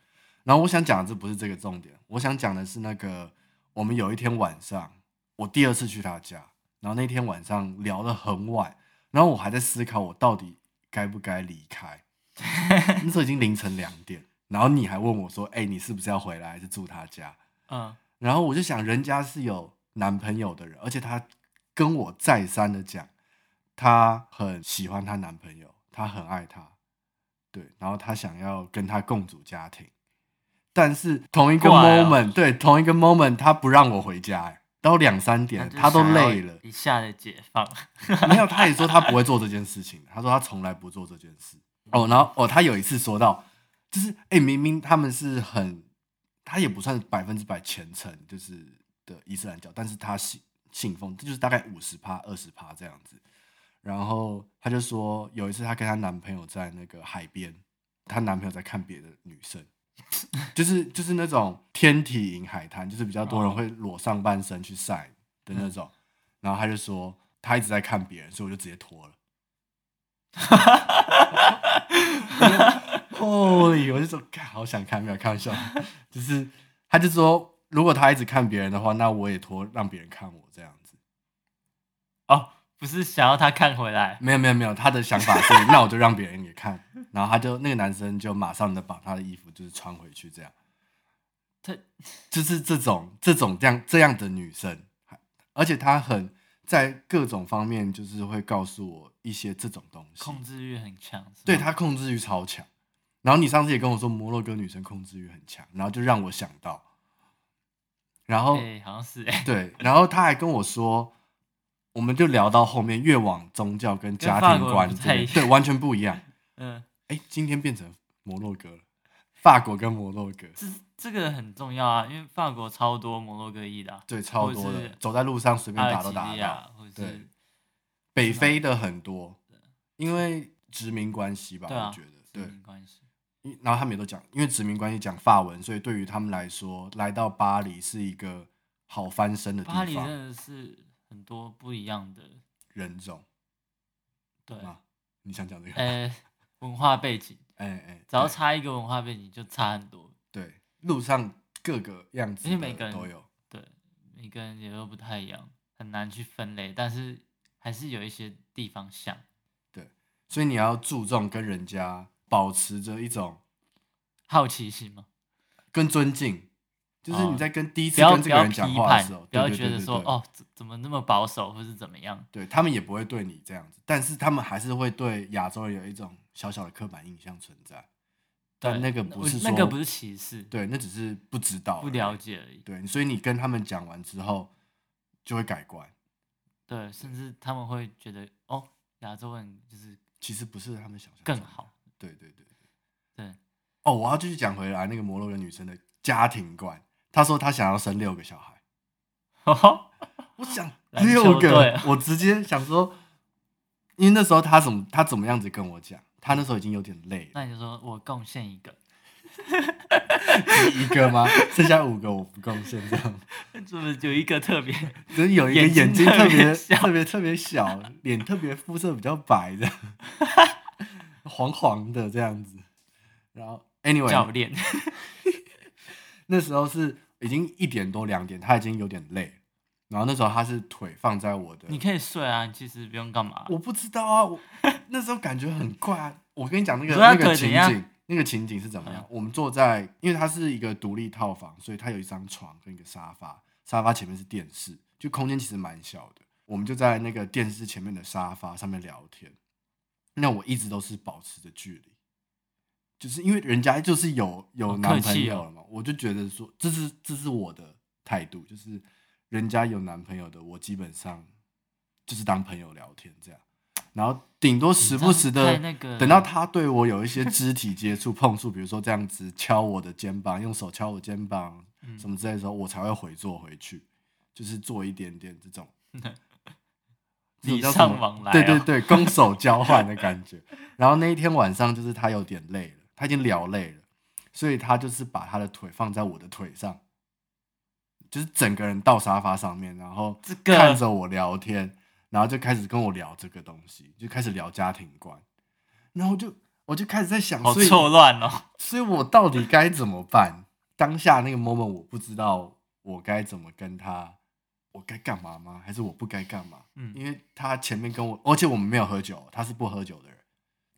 Speaker 1: 然后我想讲的这不是这个重点，我想讲的是那个我们有一天晚上，我第二次去他家，然后那天晚上聊得很晚，然后我还在思考我到底该不该离开。 那时候已经凌晨两点，然后你还问我说：“哎、你是不是要回来，还是住他家？”
Speaker 2: 嗯，
Speaker 1: 然后我就想，人家是有男朋友的人，而且她跟我再三的讲，她很喜欢她男朋友，她很爱他，对，然后她想要跟他共组家庭，但是同一个
Speaker 2: 怪哦
Speaker 1: moment，、对，同一个 moment，她不让我回家，哎到两三点
Speaker 2: 那，就
Speaker 1: 她都
Speaker 2: 想要，
Speaker 1: 累了
Speaker 2: 一下的解 放，
Speaker 1: 没有，她也说她不会做这件事情，她说她从来不做这件事。哦，然后哦，她有一次说到，就是哎、诶明明他们是很，他也不算百分之百虔诚，就是的伊斯兰教，但是他信信奉，这就是大概五十趴、二十趴这样子。然后她就说，有一次她跟她男朋友在那个海边，她男朋友在看别的女生，就是就是那种天体营海滩，就是比较多人会裸上半身去晒的那种。然后她就说，她一直在看别人，所以我就直接脱了。Holy！我就说，看，好想看，没有开玩笑，就是她就说，如果她一直看别人的话，那我也脱，让别人看我这样子。
Speaker 2: 哦，不是想要他看回来，
Speaker 1: 没有没有没有，他的想法是，那我就让别人也看，然后他就那个男生就马上的把他的衣服就是穿回去，这样，
Speaker 2: 他
Speaker 1: 就是这种这种这样这样的女生，而且她很在各种方面就是会告诉我一些这种东西，
Speaker 2: 控制欲很强，是吗
Speaker 1: 对她控制欲超强。然后你上次也跟我说摩洛哥女生控制欲很强，然后就让我想到，然后、
Speaker 2: 哎、好像是哎、
Speaker 1: 对，然后他还跟我说，我们就聊到后面越往宗教跟家
Speaker 2: 法
Speaker 1: 庭
Speaker 2: 国
Speaker 1: 观
Speaker 2: 不
Speaker 1: 这
Speaker 2: 太
Speaker 1: 边
Speaker 2: 一
Speaker 1: 对完全不一样。
Speaker 2: 嗯，
Speaker 1: 哎，今天变成摩洛哥了，法国跟摩洛哥，
Speaker 2: 这这个很重要啊，因为法国超多摩洛哥裔的啊、
Speaker 1: 对，超多
Speaker 2: 或
Speaker 1: 的
Speaker 2: 是，
Speaker 1: 走在路上随便
Speaker 2: 阿
Speaker 1: 打
Speaker 2: 尔
Speaker 1: 都
Speaker 2: 及
Speaker 1: 打
Speaker 2: 利
Speaker 1: 得到。
Speaker 2: 亚或者
Speaker 1: 对
Speaker 2: 是
Speaker 1: 北非的很多，因为殖民关系吧，
Speaker 2: 对啊
Speaker 1: 我觉得对
Speaker 2: 殖。民关系，
Speaker 1: 因然后他们也都讲，因为殖民关系讲法文，所以对于他们来说，来到巴黎是一个好翻身的地
Speaker 2: 巴黎
Speaker 1: 方，
Speaker 2: 真的是很多不一样的，
Speaker 1: 人种
Speaker 2: 对，
Speaker 1: 啊。你想讲这个？哎
Speaker 2: 呃、文化背景，
Speaker 1: 哎，
Speaker 2: 只要
Speaker 1: 对
Speaker 2: 差一个文化背景就差很多，
Speaker 1: 对路上各个样子
Speaker 2: 而且每个
Speaker 1: 的
Speaker 2: 人
Speaker 1: 都有，
Speaker 2: 对，每个人也都不太一样，很难去分类，但是还是有一些地方像，
Speaker 1: 所以你要注重跟人家保持着一种
Speaker 2: 好奇心嘛，
Speaker 1: 跟尊敬，就是
Speaker 2: 哦
Speaker 1: 你在跟第一
Speaker 2: 不
Speaker 1: 次
Speaker 2: 要
Speaker 1: 跟
Speaker 2: 不
Speaker 1: 这个
Speaker 2: 要
Speaker 1: 人
Speaker 2: 批
Speaker 1: 讲话的
Speaker 2: 判
Speaker 1: 时候，，
Speaker 2: 不要
Speaker 1: 对
Speaker 2: 觉得说，
Speaker 1: 对对对
Speaker 2: 哦怎怎么那么保守或是怎么样，
Speaker 1: 对他们也不会对你这样子，但是他们还是会对亚洲人有一种小小的刻板印象存在。但
Speaker 2: 对
Speaker 1: 那个不是
Speaker 2: 那
Speaker 1: 说
Speaker 2: 个不是歧视，
Speaker 1: 对，那只是不知道，
Speaker 2: 不了。解而已，
Speaker 1: 对，所以你跟他们讲完之后，就会改观。
Speaker 2: 对，甚至他们会觉得哦，亚洲人就是
Speaker 1: 其实不是他们想象
Speaker 2: 更
Speaker 1: 中的。
Speaker 2: 好，
Speaker 1: 对对对。
Speaker 2: 对，
Speaker 1: 哦，我要继续讲回来那个摩洛哥女生的家庭观。她说她想要生六个小孩， 我想
Speaker 2: 啊篮球
Speaker 1: 六
Speaker 2: 队
Speaker 1: 个
Speaker 2: 啊，
Speaker 1: 我直接想说，因为那时候她怎么她怎么样子跟我讲，她那时候已经有点累了。
Speaker 2: 那你就说我贡献一 个，
Speaker 1: 一个吗？剩下五个我不贡献，这样
Speaker 2: 是不是有一个 特别？
Speaker 1: 只是有一个眼
Speaker 2: 眼
Speaker 1: 睛
Speaker 2: 睛
Speaker 1: 特
Speaker 2: 特
Speaker 1: 别
Speaker 2: 别小
Speaker 1: 特别特别小，脸特别肤色比较白这样，黄黄的这样子。然后
Speaker 2: 教
Speaker 1: ，anyway，
Speaker 2: 练，
Speaker 1: 那时候是已经一点多两点，他已经有点累了。然后那时候他是腿放在我的，
Speaker 2: 你可以睡啊，你其实不用干嘛。
Speaker 1: 我不知道啊， 我那时候感觉很怪啊。我跟你讲那个
Speaker 2: 你说他
Speaker 1: 那个
Speaker 2: 腿
Speaker 1: 情
Speaker 2: 怎样
Speaker 1: 景，那个情景是怎么样
Speaker 2: 嗯？
Speaker 1: 我们坐在，因为它是一个独立套房，所以它有一张床跟一个沙发，沙发前面是电视，就空间其实蛮小的。我们就在那个电视前面的沙发上面聊天。那我一直都是保持着距离，就是因为人家就是有有
Speaker 2: 好
Speaker 1: 男
Speaker 2: 哦客
Speaker 1: 朋
Speaker 2: 气
Speaker 1: 友了嘛，我就觉得说这是这是我的态度，就是人家有男朋友的，我基本上就是当朋友聊天这样。然后顶多时不时
Speaker 2: 这样
Speaker 1: 的
Speaker 2: 太那个了，
Speaker 1: 等到他对我有一些肢体接触、碰触，比如说这样子敲我的肩膀，用手敲我肩膀
Speaker 2: 嗯
Speaker 1: 什么之类的时候，我才会回坐回去，就是做一点点这种这种
Speaker 2: 礼
Speaker 1: 叫什么
Speaker 2: 尚往来、哦，
Speaker 1: 对对对，攻守交换的感觉。然后那一天晚上，就是他有点累了，他已经聊累了，所以他就是把他的腿放在我的腿上，就是整个人到沙发上面，然后
Speaker 2: 这个
Speaker 1: 看着我聊天，然后就开始跟我聊这个东西，就开始聊家庭观，然后就我就开始在想，
Speaker 2: 好
Speaker 1: 所以
Speaker 2: 错乱哦。
Speaker 1: 所以我到底该怎么办？当下那个 moment 我不知道我该怎么跟他，我该干嘛吗？还是我不该干嘛？
Speaker 2: 嗯
Speaker 1: 因为他前面跟我，而且我们没有喝酒，他是不喝酒的人，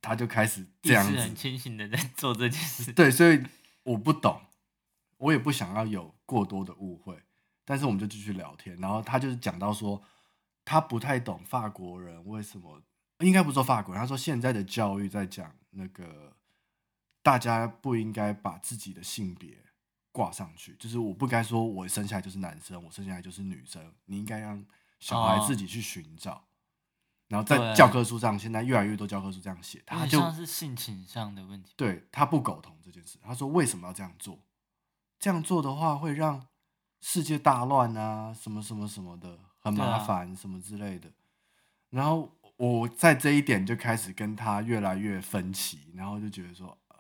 Speaker 1: 他就开始这
Speaker 2: 意识
Speaker 1: 样
Speaker 2: 很
Speaker 1: 子。
Speaker 2: 清醒的在做这件事，
Speaker 1: 对，所以我不懂，我也不想要有过多的误会，但是我们就继续聊天，然后他就是讲到说，他不太懂法国人为什么，应该不是说法国人，他说现在的教育在讲那个大家不应该把自己的性别挂上去，就是我不该说我生下来就是男生，我生下来就是女生，你应该让小孩
Speaker 2: 哦
Speaker 1: 自己去寻找。然后在
Speaker 2: 对嗯
Speaker 1: 教科书上，现在越来越多教科书这样写，
Speaker 2: 有
Speaker 1: 他
Speaker 2: 点
Speaker 1: 就
Speaker 2: 像是性倾向的问题。
Speaker 1: 对他不苟同这件事。他说为什么要这样做？这样做的话会让世界大乱啊，什么什么什么的，很
Speaker 2: 对
Speaker 1: 麻
Speaker 2: 啊
Speaker 1: 烦，什么之类的。然后我在这一点就开始跟他越来越分歧，然后就觉得说，呃，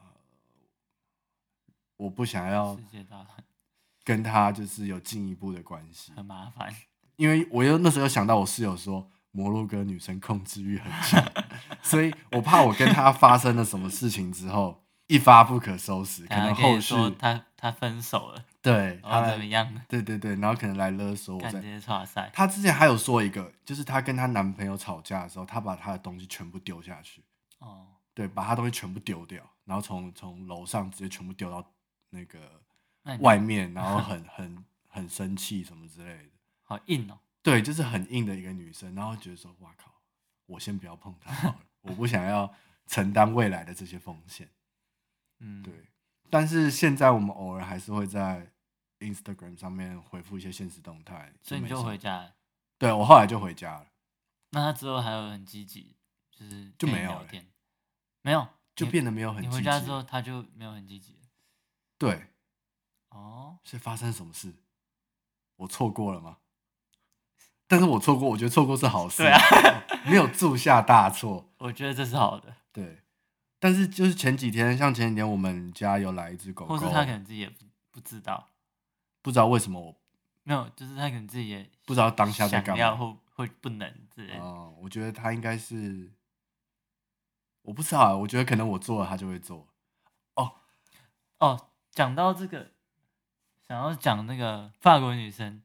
Speaker 1: 我不想要
Speaker 2: 世界大乱
Speaker 1: 跟他就是有进一步的关系，
Speaker 2: 很麻烦，
Speaker 1: 因为我又那时候又想到我室友说摩洛哥女生控制欲很强， 所以我怕我跟她发生了什么事情之后一发不可收拾，可
Speaker 2: 他
Speaker 1: 能
Speaker 2: 可
Speaker 1: 后
Speaker 2: 以
Speaker 1: 续
Speaker 2: 说他他分手了，
Speaker 1: 对
Speaker 2: 然
Speaker 1: 她
Speaker 2: 后
Speaker 1: 来
Speaker 2: 怎么样呢？
Speaker 1: 对对对，然后可能来勒索我
Speaker 2: 干
Speaker 1: 在
Speaker 2: 这。些差赛，
Speaker 1: 她之前还有说一个，就是她跟她男朋友吵架的时候，她把她的东西全部丢下去，
Speaker 2: 哦，
Speaker 1: 对，把她东西全部丢掉，然后从从楼上直接全部丢到那个
Speaker 2: 那你
Speaker 1: 外面，然后很很很生气什么之类的。
Speaker 2: 好硬哦，
Speaker 1: 对，就是很硬的一个女生，然后觉得说，哇靠，我先不要碰她好了，我不想要承担未来的这些风险。
Speaker 2: 嗯，
Speaker 1: 对，但是现在我们偶尔还是会在 Instagram 上面回复一些现实动态，
Speaker 2: 所以你
Speaker 1: 没
Speaker 2: 就
Speaker 1: 什么
Speaker 2: 回。家了。
Speaker 1: 对我后来就回家了，
Speaker 2: 那他之后还有很积极，就是
Speaker 1: 就
Speaker 2: 跟你
Speaker 1: 没有
Speaker 2: 聊
Speaker 1: 了
Speaker 2: 天，没有，
Speaker 1: 就
Speaker 2: 你
Speaker 1: 变得没有很
Speaker 2: 你
Speaker 1: 积
Speaker 2: 回
Speaker 1: 极
Speaker 2: 家之
Speaker 1: 了。
Speaker 2: 后他就没有很积极了
Speaker 1: 对，
Speaker 2: 哦，
Speaker 1: 是发生什么事？我错过了吗？但是我错过，我觉得错过是好事，
Speaker 2: 对啊
Speaker 1: 没有铸下大错。
Speaker 2: 我觉得这是好的，
Speaker 1: 对，但是就是前几天，像前几天我们家有来一只狗狗，
Speaker 2: 或是他可能自己也不不知道，
Speaker 1: 不知道为什么我
Speaker 2: 没有，就是他可能自己也
Speaker 1: 不知道当下在
Speaker 2: 想
Speaker 1: 干
Speaker 2: 要
Speaker 1: 嘛。
Speaker 2: 或或不能之类的，
Speaker 1: 嗯，我觉得他应该是，我不知道啊，我觉得可能我做了他就会做。
Speaker 2: 哦，讲到这个，想要讲那个法国女生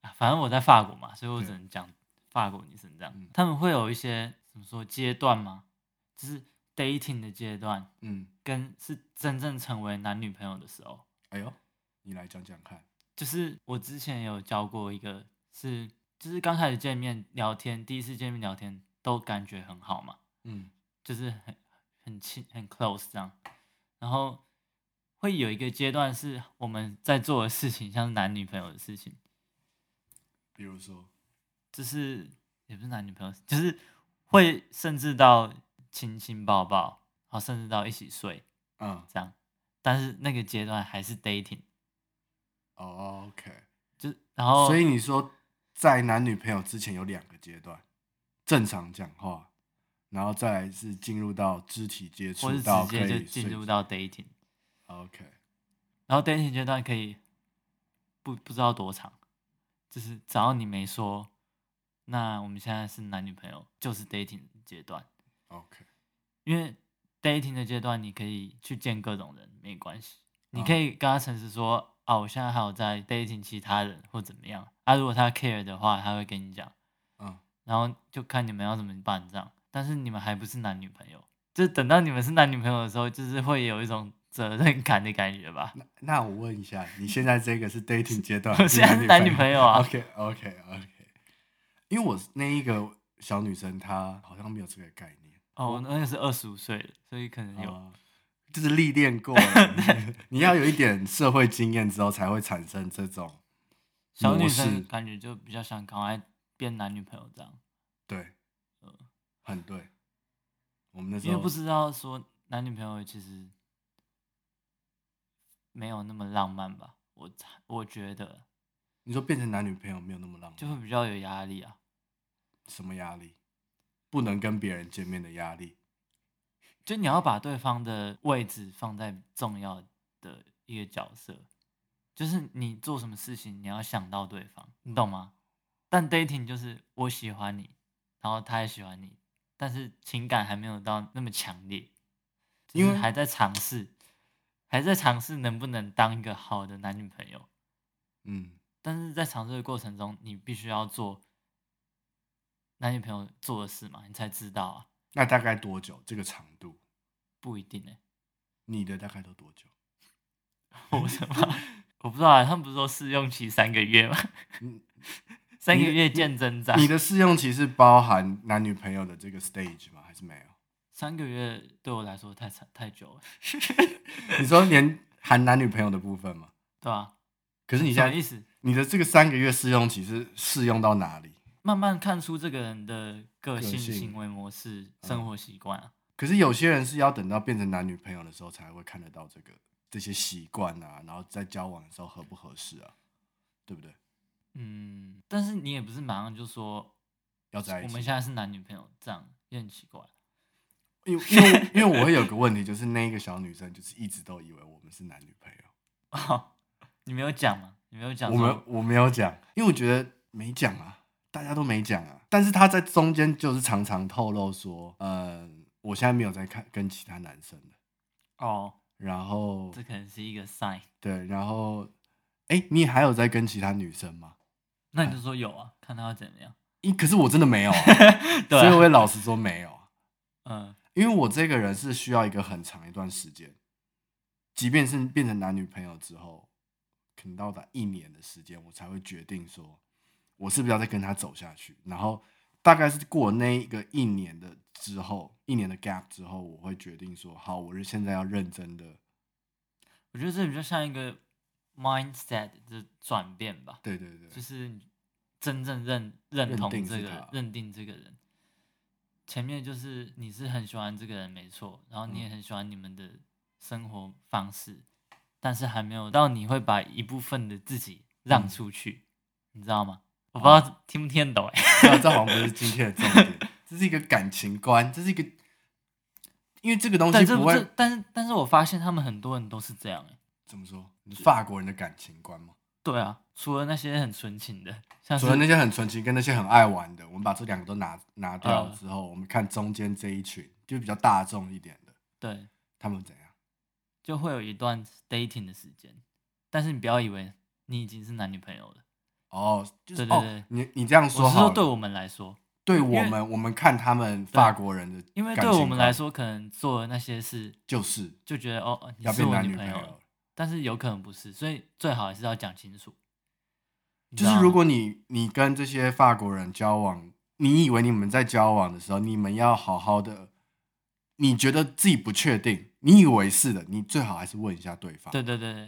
Speaker 2: 啊，反正我在法国嘛，所以我只
Speaker 1: 对
Speaker 2: 能讲法国女生这样
Speaker 1: 嗯。
Speaker 2: 他们会有一些怎么说阶段吗？就是 dating 的阶段，
Speaker 1: 嗯，
Speaker 2: 跟是真正成为男女朋友的时候。
Speaker 1: 哎呦，你来讲讲看。
Speaker 2: 就是我之前有教过一个是，就是刚开始见面聊天，第一次见面聊天都感觉很好嘛，
Speaker 1: 嗯
Speaker 2: 就是很很亲很 close 这样，然后会有一个阶段是我们在做的事情，像是男女朋友的事情，
Speaker 1: 比如说，
Speaker 2: 就是也不是男女朋友，就是会甚至到亲亲抱抱，然后甚至到一起睡
Speaker 1: 嗯，
Speaker 2: 这样，但是那个阶段还是 dating，
Speaker 1: 哦，OK，
Speaker 2: 就是然后
Speaker 1: 所以你说在男女朋友之前有两个阶段，正常讲话，然后再来是进入到肢体接触
Speaker 2: 或是
Speaker 1: 到
Speaker 2: 直
Speaker 1: 可
Speaker 2: 接就
Speaker 1: 以
Speaker 2: 进
Speaker 1: 睡
Speaker 2: 入到 dating。
Speaker 1: OK，
Speaker 2: 然后 dating 阶段可以不不知道多长，就是只要你没说，那我们现在是男女朋友，就是 dating 阶段。
Speaker 1: OK，
Speaker 2: 因为 dating 的阶段，你可以去见各种人，没关系，你
Speaker 1: 啊
Speaker 2: 可以跟他诚实说啊，我现在还有在 dating 其他人或怎么样。啊，如果他 care 的话，他会跟你讲，
Speaker 1: 嗯，
Speaker 2: 然后就看你们要怎么办这样。但是你们还不是男女朋友，就是等到你们是男女朋友的时候，就是会有一种责任感的感觉吧。，
Speaker 1: 那那我问一下，你现在这个是 dating 阶段
Speaker 2: 我现在是男
Speaker 1: 女
Speaker 2: 女朋友啊
Speaker 1: OK OK OK，因为我那一个小女生她好像没有这个概念，
Speaker 2: 哦，我那个是二十五岁的，所以可能有、
Speaker 1: 啊就是历练过了 你要有一点社会经验之后才会产生这种
Speaker 2: 小女
Speaker 1: 模式
Speaker 2: 生，感觉就比较想赶快变男女朋友这样。
Speaker 1: 对，很对。我们那时
Speaker 2: 嗯因为
Speaker 1: 候
Speaker 2: 不知道说男女朋友其实没有那么浪漫吧，我猜我觉得
Speaker 1: 你说变成男女朋友没有那么浪漫，
Speaker 2: 就会比较有压力啊。
Speaker 1: 什么压力？不能跟别人见面的压力。
Speaker 2: 就你要把对方的位置放在重要的一个角色，就是你做什么事情你要想到对方，你懂吗？但 dating 就是我喜欢你，然后他也喜欢你，但是情感还没有到那么强烈，
Speaker 1: 因
Speaker 2: 因为
Speaker 1: 为
Speaker 2: 还在尝试，还在尝试能不能当一个好的男女朋友。
Speaker 1: 嗯，
Speaker 2: 但是在尝试的过程中，你必须要做男女朋友做的事嘛，你才知道啊，
Speaker 1: 那大概多久？这个长度，
Speaker 2: 不一定哎、
Speaker 1: 你的大概都多久？
Speaker 2: 我什么？我不知道、啊，他们不是说试用期三个月吗？三个月见真章，
Speaker 1: 你的试用期是包含男女朋友的这个 stage 吗？还是没有？
Speaker 2: 三个月对我来说太长太久了，
Speaker 1: 你说连含男女朋友的部分吗？
Speaker 2: 对吧、啊？
Speaker 1: 可是你
Speaker 2: 什
Speaker 1: 现
Speaker 2: 么意
Speaker 1: 在
Speaker 2: 思？
Speaker 1: 你的这个三个月试用期是试用到哪里？
Speaker 2: 慢慢看出这个人的个性、
Speaker 1: 个性嗯
Speaker 2: 行为模式、生活习惯啊。
Speaker 1: 可是有些人是要等到变成男女朋友的时候才会看得到这个这些习惯啊，然后在交往的时候合不合适啊，对不对？
Speaker 2: 嗯，但是你也不是马上就说
Speaker 1: 要在一
Speaker 2: 我
Speaker 1: 起
Speaker 2: 们。现在是男女朋友，这样也很奇怪。
Speaker 1: 因为因为因为我会有个问题，就是那一个小女生就是一直都以为我们是男女朋友，
Speaker 2: 你没有讲吗？你没有讲
Speaker 1: 我
Speaker 2: 说
Speaker 1: 们我没有讲，因为我觉得没讲啊，大家都没讲啊。但是她在中间就是常常透露说，呃，我现在没有在看跟其他男生了，
Speaker 2: 哦，
Speaker 1: 然后
Speaker 2: 这可能是一个 sign。
Speaker 1: 对，然后哎、你还有在跟其他女生吗？
Speaker 2: 那你就说有啊，看他要怎么样。
Speaker 1: 咦，可是我真的没有、啊，
Speaker 2: 对
Speaker 1: 所以我
Speaker 2: 啊，
Speaker 1: 会老实说没有啊，
Speaker 2: 嗯，
Speaker 1: 因为我这个人是需要一个很长一段时间，即便是变成男女朋友之后，可能到达一年的时间，我才会决定说，我是不是要再跟他走下去。然后大概是过那一个一年的之后，一年的 gap 之后，我会决定说，好，我是现在要认真的，
Speaker 2: 我觉得这比较像一个 mindset 的转变吧，
Speaker 1: 对对对，
Speaker 2: 就是你真正认认同
Speaker 1: 认定
Speaker 2: 这
Speaker 1: 是
Speaker 2: 个
Speaker 1: 他
Speaker 2: 认定这个人。前面就是你是很喜欢这个人没错，然后
Speaker 1: 嗯
Speaker 2: 你也很喜欢你们的生活方式，但是还没有到你会把一部分的自己
Speaker 1: 嗯
Speaker 2: 让出去，你知道吗？我
Speaker 1: 哦
Speaker 2: 不知道听不听得懂哎、
Speaker 1: 这这好像不是今天的重 点，这是一个感情观，这是一个，因为这个东
Speaker 2: 但
Speaker 1: 西
Speaker 2: 这
Speaker 1: 不
Speaker 2: 不是
Speaker 1: 会，
Speaker 2: 但是但是我发现他们很多人都是这样、欸、
Speaker 1: 怎么说，你是法国人的感情观吗？
Speaker 2: 对啊，除了那些很纯情的，像是
Speaker 1: 除了那些很纯情跟那些很爱玩的，我们把这两个都拿拿掉
Speaker 2: 嗯
Speaker 1: 之后，我们看中间这一群就比较大众一点的，
Speaker 2: 对，
Speaker 1: 他们怎样？
Speaker 2: 就会有一段 dating 的时间，但是你不要以为你已经是男女朋友了。
Speaker 1: 哦，就是
Speaker 2: 对对对
Speaker 1: 哦，你你这样
Speaker 2: 我
Speaker 1: 说
Speaker 2: 是
Speaker 1: 好
Speaker 2: 说
Speaker 1: 了，
Speaker 2: 对我们来说，
Speaker 1: 对
Speaker 2: 因
Speaker 1: 我
Speaker 2: 为
Speaker 1: 们我们看他们法国人的感情观，
Speaker 2: 因为对我们来说，可能做的那些事
Speaker 1: 就是
Speaker 2: 就觉得哦，呃你
Speaker 1: 要
Speaker 2: 是
Speaker 1: 变
Speaker 2: 我
Speaker 1: 男
Speaker 2: 女
Speaker 1: 女
Speaker 2: 朋
Speaker 1: 友
Speaker 2: 友
Speaker 1: 了
Speaker 2: 了，。但是有可能不是，所以最好还是要讲清楚。你
Speaker 1: 就
Speaker 2: 知道
Speaker 1: 是
Speaker 2: 吗
Speaker 1: 如果你你跟这些法国人交往，你以为你们在交往的时候，你们要好好的，你觉得自己不确定，你以为是的，你最好还是问一下对方。
Speaker 2: 对，对对对，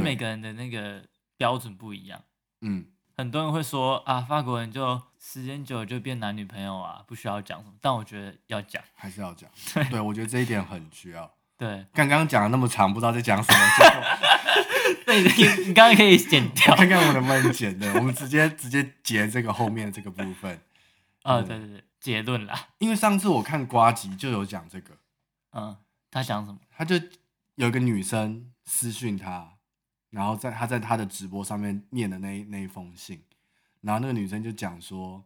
Speaker 1: 对
Speaker 2: 为每个人的那个标准不一样，
Speaker 1: 嗯，
Speaker 2: 很多人会说啊，法国人就时间久了就变男女朋友啊，不需要讲什么，但我觉得要讲。
Speaker 1: 还是要讲。对，我觉得这一点很需要。
Speaker 2: 对，
Speaker 1: 刚刚讲了那么长，不知道在讲什么， 结果
Speaker 2: 对，你你刚刚可以剪
Speaker 1: 。
Speaker 2: 掉
Speaker 1: 看看我能不能剪的，我们直接直接截这个后面这个部分。
Speaker 2: 啊，
Speaker 1: 对
Speaker 2: 对对对，结论啦。
Speaker 1: 因为上次我看瓜吉就有讲这个，
Speaker 2: 嗯，他讲什么？
Speaker 1: 他就有一个女生私讯他，然后在他在他的直播上面念的那一那一封信，然后那个女生就讲说，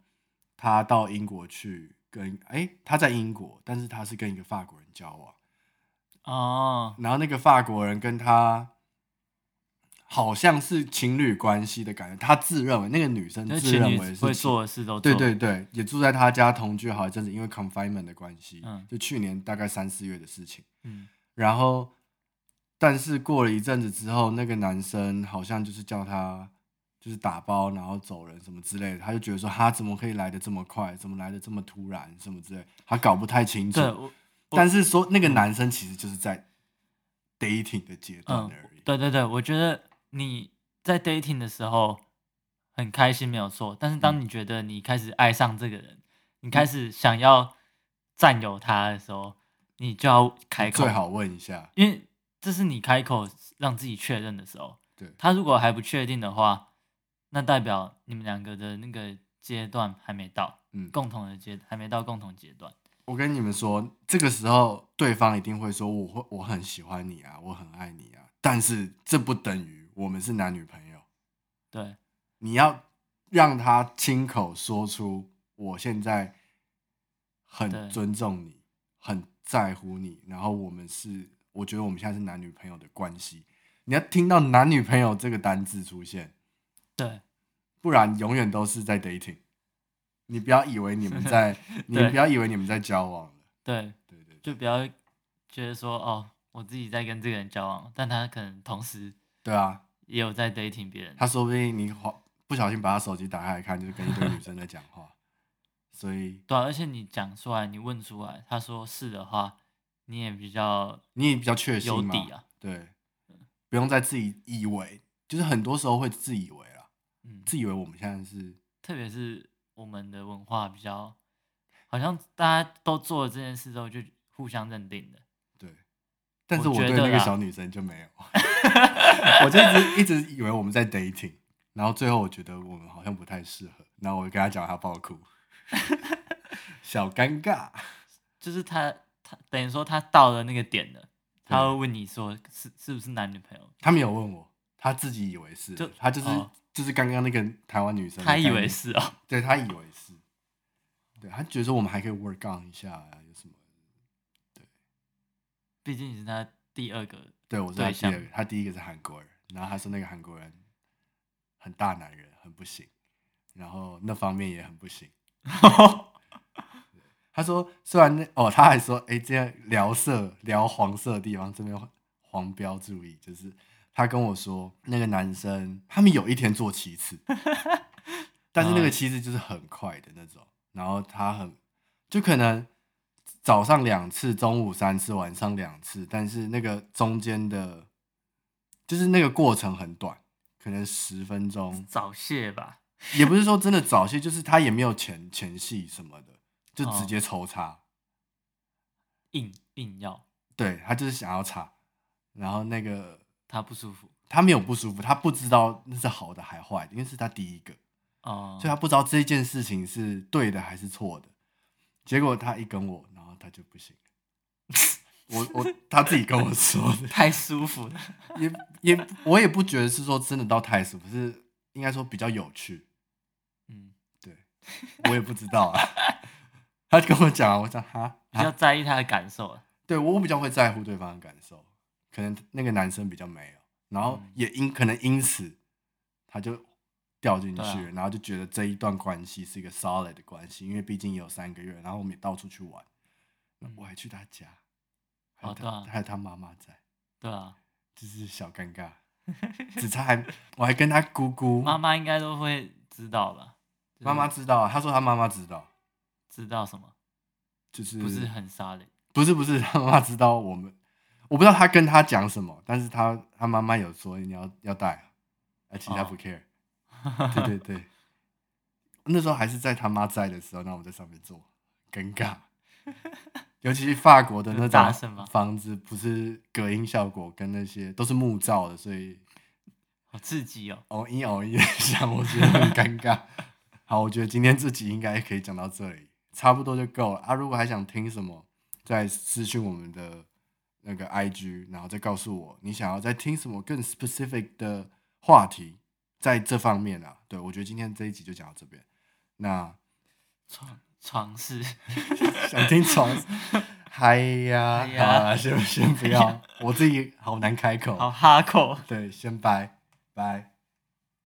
Speaker 1: 她到英国去跟哎她在英国，但是她是跟一个法国人交往，
Speaker 2: 哦，
Speaker 1: 然后那个法国人跟她好像是情侣关系的感觉，她自认为那个女生
Speaker 2: 就是
Speaker 1: 自
Speaker 2: 情
Speaker 1: 认
Speaker 2: 侣
Speaker 1: 为是
Speaker 2: 会
Speaker 1: 情
Speaker 2: 做的事都做。
Speaker 1: 对对对，也住在他家同居好一阵子，因为 confinement 的关系，
Speaker 2: 嗯
Speaker 1: 就去年大概三四月的事情。
Speaker 2: 嗯，
Speaker 1: 然后，但是过了一阵子之后，那个男生好像就是叫他就是打包然后走人什么之类的，他就觉得说他怎么可以来的这么快，怎么来的这么突然什么之类，他搞不太清楚
Speaker 2: 对。我，我
Speaker 1: 但是说那个男生其实就是在 dating 的阶段
Speaker 2: 嗯
Speaker 1: 而已，，
Speaker 2: 对对对，我觉得你在 dating 的时候
Speaker 1: 嗯
Speaker 2: 很开心没有错，但是当你觉得你开始爱上这个人，你开始想要占有他的时候，你就要开口
Speaker 1: 最，好问一下，
Speaker 2: 因为这是你开口让自己确认的时候。
Speaker 1: 对
Speaker 2: 他如果还不确定的话，那代表你们两个的那个阶段还没到，
Speaker 1: 嗯
Speaker 2: 共同的阶还没到共同阶段。
Speaker 1: 我跟你们说，这个时候对方一定会说：“我会，我很喜欢你啊，我很爱你啊。”但是这不等于我们是男女朋友。
Speaker 2: 对，
Speaker 1: 你要让他亲口说出：“我现在
Speaker 2: 对
Speaker 1: 很尊重你，很在乎你，然后我们是，我觉得我们现在是男女朋友的关系。”你要听到“男女朋友”这个单字出现，
Speaker 2: 对，
Speaker 1: 不然永远都是在 dating。你不要以为你们 在，你
Speaker 2: 对
Speaker 1: 不要以为你们在交往了。
Speaker 2: 对，
Speaker 1: 对对对。
Speaker 2: 就不要觉得说哦，我自己在跟这个人交往，但他可能同时
Speaker 1: 对啊，
Speaker 2: 也有在 dating 别人。
Speaker 1: 他说不定你滑不小心把他手机打开来看，就是跟一堆女生在讲 话，所以
Speaker 2: 对啊、而且你讲出来，你问出来，他说是的话，你也比较
Speaker 1: 你也比较确信
Speaker 2: 有
Speaker 1: 嘛。
Speaker 2: 底啊。
Speaker 1: 对，不用再自己以为，就是很多时候会自以为啦，
Speaker 2: 嗯，
Speaker 1: 自以为我们现在是
Speaker 2: 特别是我们的文化比较，好像大家都做了这件事之后就互相认定的。
Speaker 1: 对，但是
Speaker 2: 我
Speaker 1: 我
Speaker 2: 觉
Speaker 1: 对
Speaker 2: 得
Speaker 1: 那个
Speaker 2: 啦
Speaker 1: 小女生就没有， 我就一直一直以为我们在 dating，然后最后我觉得我们好像不太适合，然后我就跟她讲，她爆哭， 小尴尬。
Speaker 2: 就是他他等于说他到了那个点了，他
Speaker 1: 对
Speaker 2: 会问你说是是不是男女朋友？
Speaker 1: 他没有问我，他自己以为是，
Speaker 2: 就
Speaker 1: 他就是、
Speaker 2: 哦
Speaker 1: 就是刚刚那个台湾女生的
Speaker 2: 他
Speaker 1: 概
Speaker 2: 以
Speaker 1: 念，
Speaker 2: 为是哦，
Speaker 1: 对他以为是，对他觉得说我们还可以 work on 一下、啊，有什么？
Speaker 2: 毕竟你是他第 二个。
Speaker 1: 对我是他
Speaker 2: 对
Speaker 1: 第二
Speaker 2: 象
Speaker 1: 个，他第一个是韩国人，然后他说那个韩国人很大男人，很不行，然后那方面也很不行。他说虽然那哦，他还说哎、这样聊色聊黄色的地方这边黄标注意，就是他跟我说那个男生他们有一天做七次，但是那个
Speaker 2: 嗯
Speaker 1: 七次就是很快的那种，然后他很就可能早上两次，中午三次，晚上两次，但是那个中间的，就是那个过程很短，可能十分钟，
Speaker 2: 早泄吧，
Speaker 1: 也不是说真的早泄，就是他也没有前前戏什么的，就直接抽插，
Speaker 2: 硬硬要
Speaker 1: 对他就是想要插，然后那个
Speaker 2: 他不舒服
Speaker 1: 他没有不舒服，他不知道那是好的还坏的，因为是他第一个，
Speaker 2: 哦、
Speaker 1: 所以他不知道这件事情是对的还是错的。结果他一跟我，然后他就不行了， 我我他自己跟我说的。
Speaker 2: 太舒服 了。
Speaker 1: 也也我也不觉得是说真的到太舒服，是应该说比较有趣。
Speaker 2: 嗯，
Speaker 1: 对，我也不知道啊。 他跟我讲啊，我讲哈，
Speaker 2: 比较
Speaker 1: 啊
Speaker 2: 在意他的感受了。
Speaker 1: 对我比较会在乎对方的感受，可能那个男生比较没有，然后
Speaker 2: 嗯
Speaker 1: 也因可能因此他就掉进去
Speaker 2: 对啊
Speaker 1: 了，然后就觉得这一段关系是一个 solid 的关系，因为毕竟也有三个月，然后我们也到处去玩，
Speaker 2: 嗯
Speaker 1: 我还去他家，还
Speaker 2: 哦
Speaker 1: 有
Speaker 2: 对啊
Speaker 1: 他还有他妈妈在，
Speaker 2: 对啊，
Speaker 1: 就是小尴 尬，只差还我还跟他姑姑
Speaker 2: 妈妈应该都会知道吧？就是
Speaker 1: 妈妈知道啊，她说她妈妈知道，
Speaker 2: 知道什么？
Speaker 1: 就是
Speaker 2: 不是很 solid。
Speaker 1: 不是不 是，她妈妈知道我们，我不知道她跟她讲什么，但是她她妈妈有说你要要带啊，而且她
Speaker 2: 哦
Speaker 1: 不 care，、对对对，那时候还是在他妈在的时候，那我们在上面做，尴尬，尤其是法国的那
Speaker 2: 有大声
Speaker 1: 种
Speaker 2: 吗
Speaker 1: 房子，不是隔音效果跟那些都是木造的，所以
Speaker 2: 好刺激哦！
Speaker 1: 哦一哦一 的响，我觉得很尴尬。 好，我觉得今天这集应该可以讲到这里，差不多就够了啊。如果还想听什么，再私讯我们的那个 IG，然后再告诉我你想要再听什么更 specific 的话题，在这方面啊。对，我觉得今天这一集就讲到这边。 那
Speaker 2: 床床事，
Speaker 1: 想听床，嗨呀
Speaker 2: 嗨，呀
Speaker 1: 好啊， 先先不要，我自己好难开口。
Speaker 2: 好哈口。
Speaker 1: 对，先拜拜。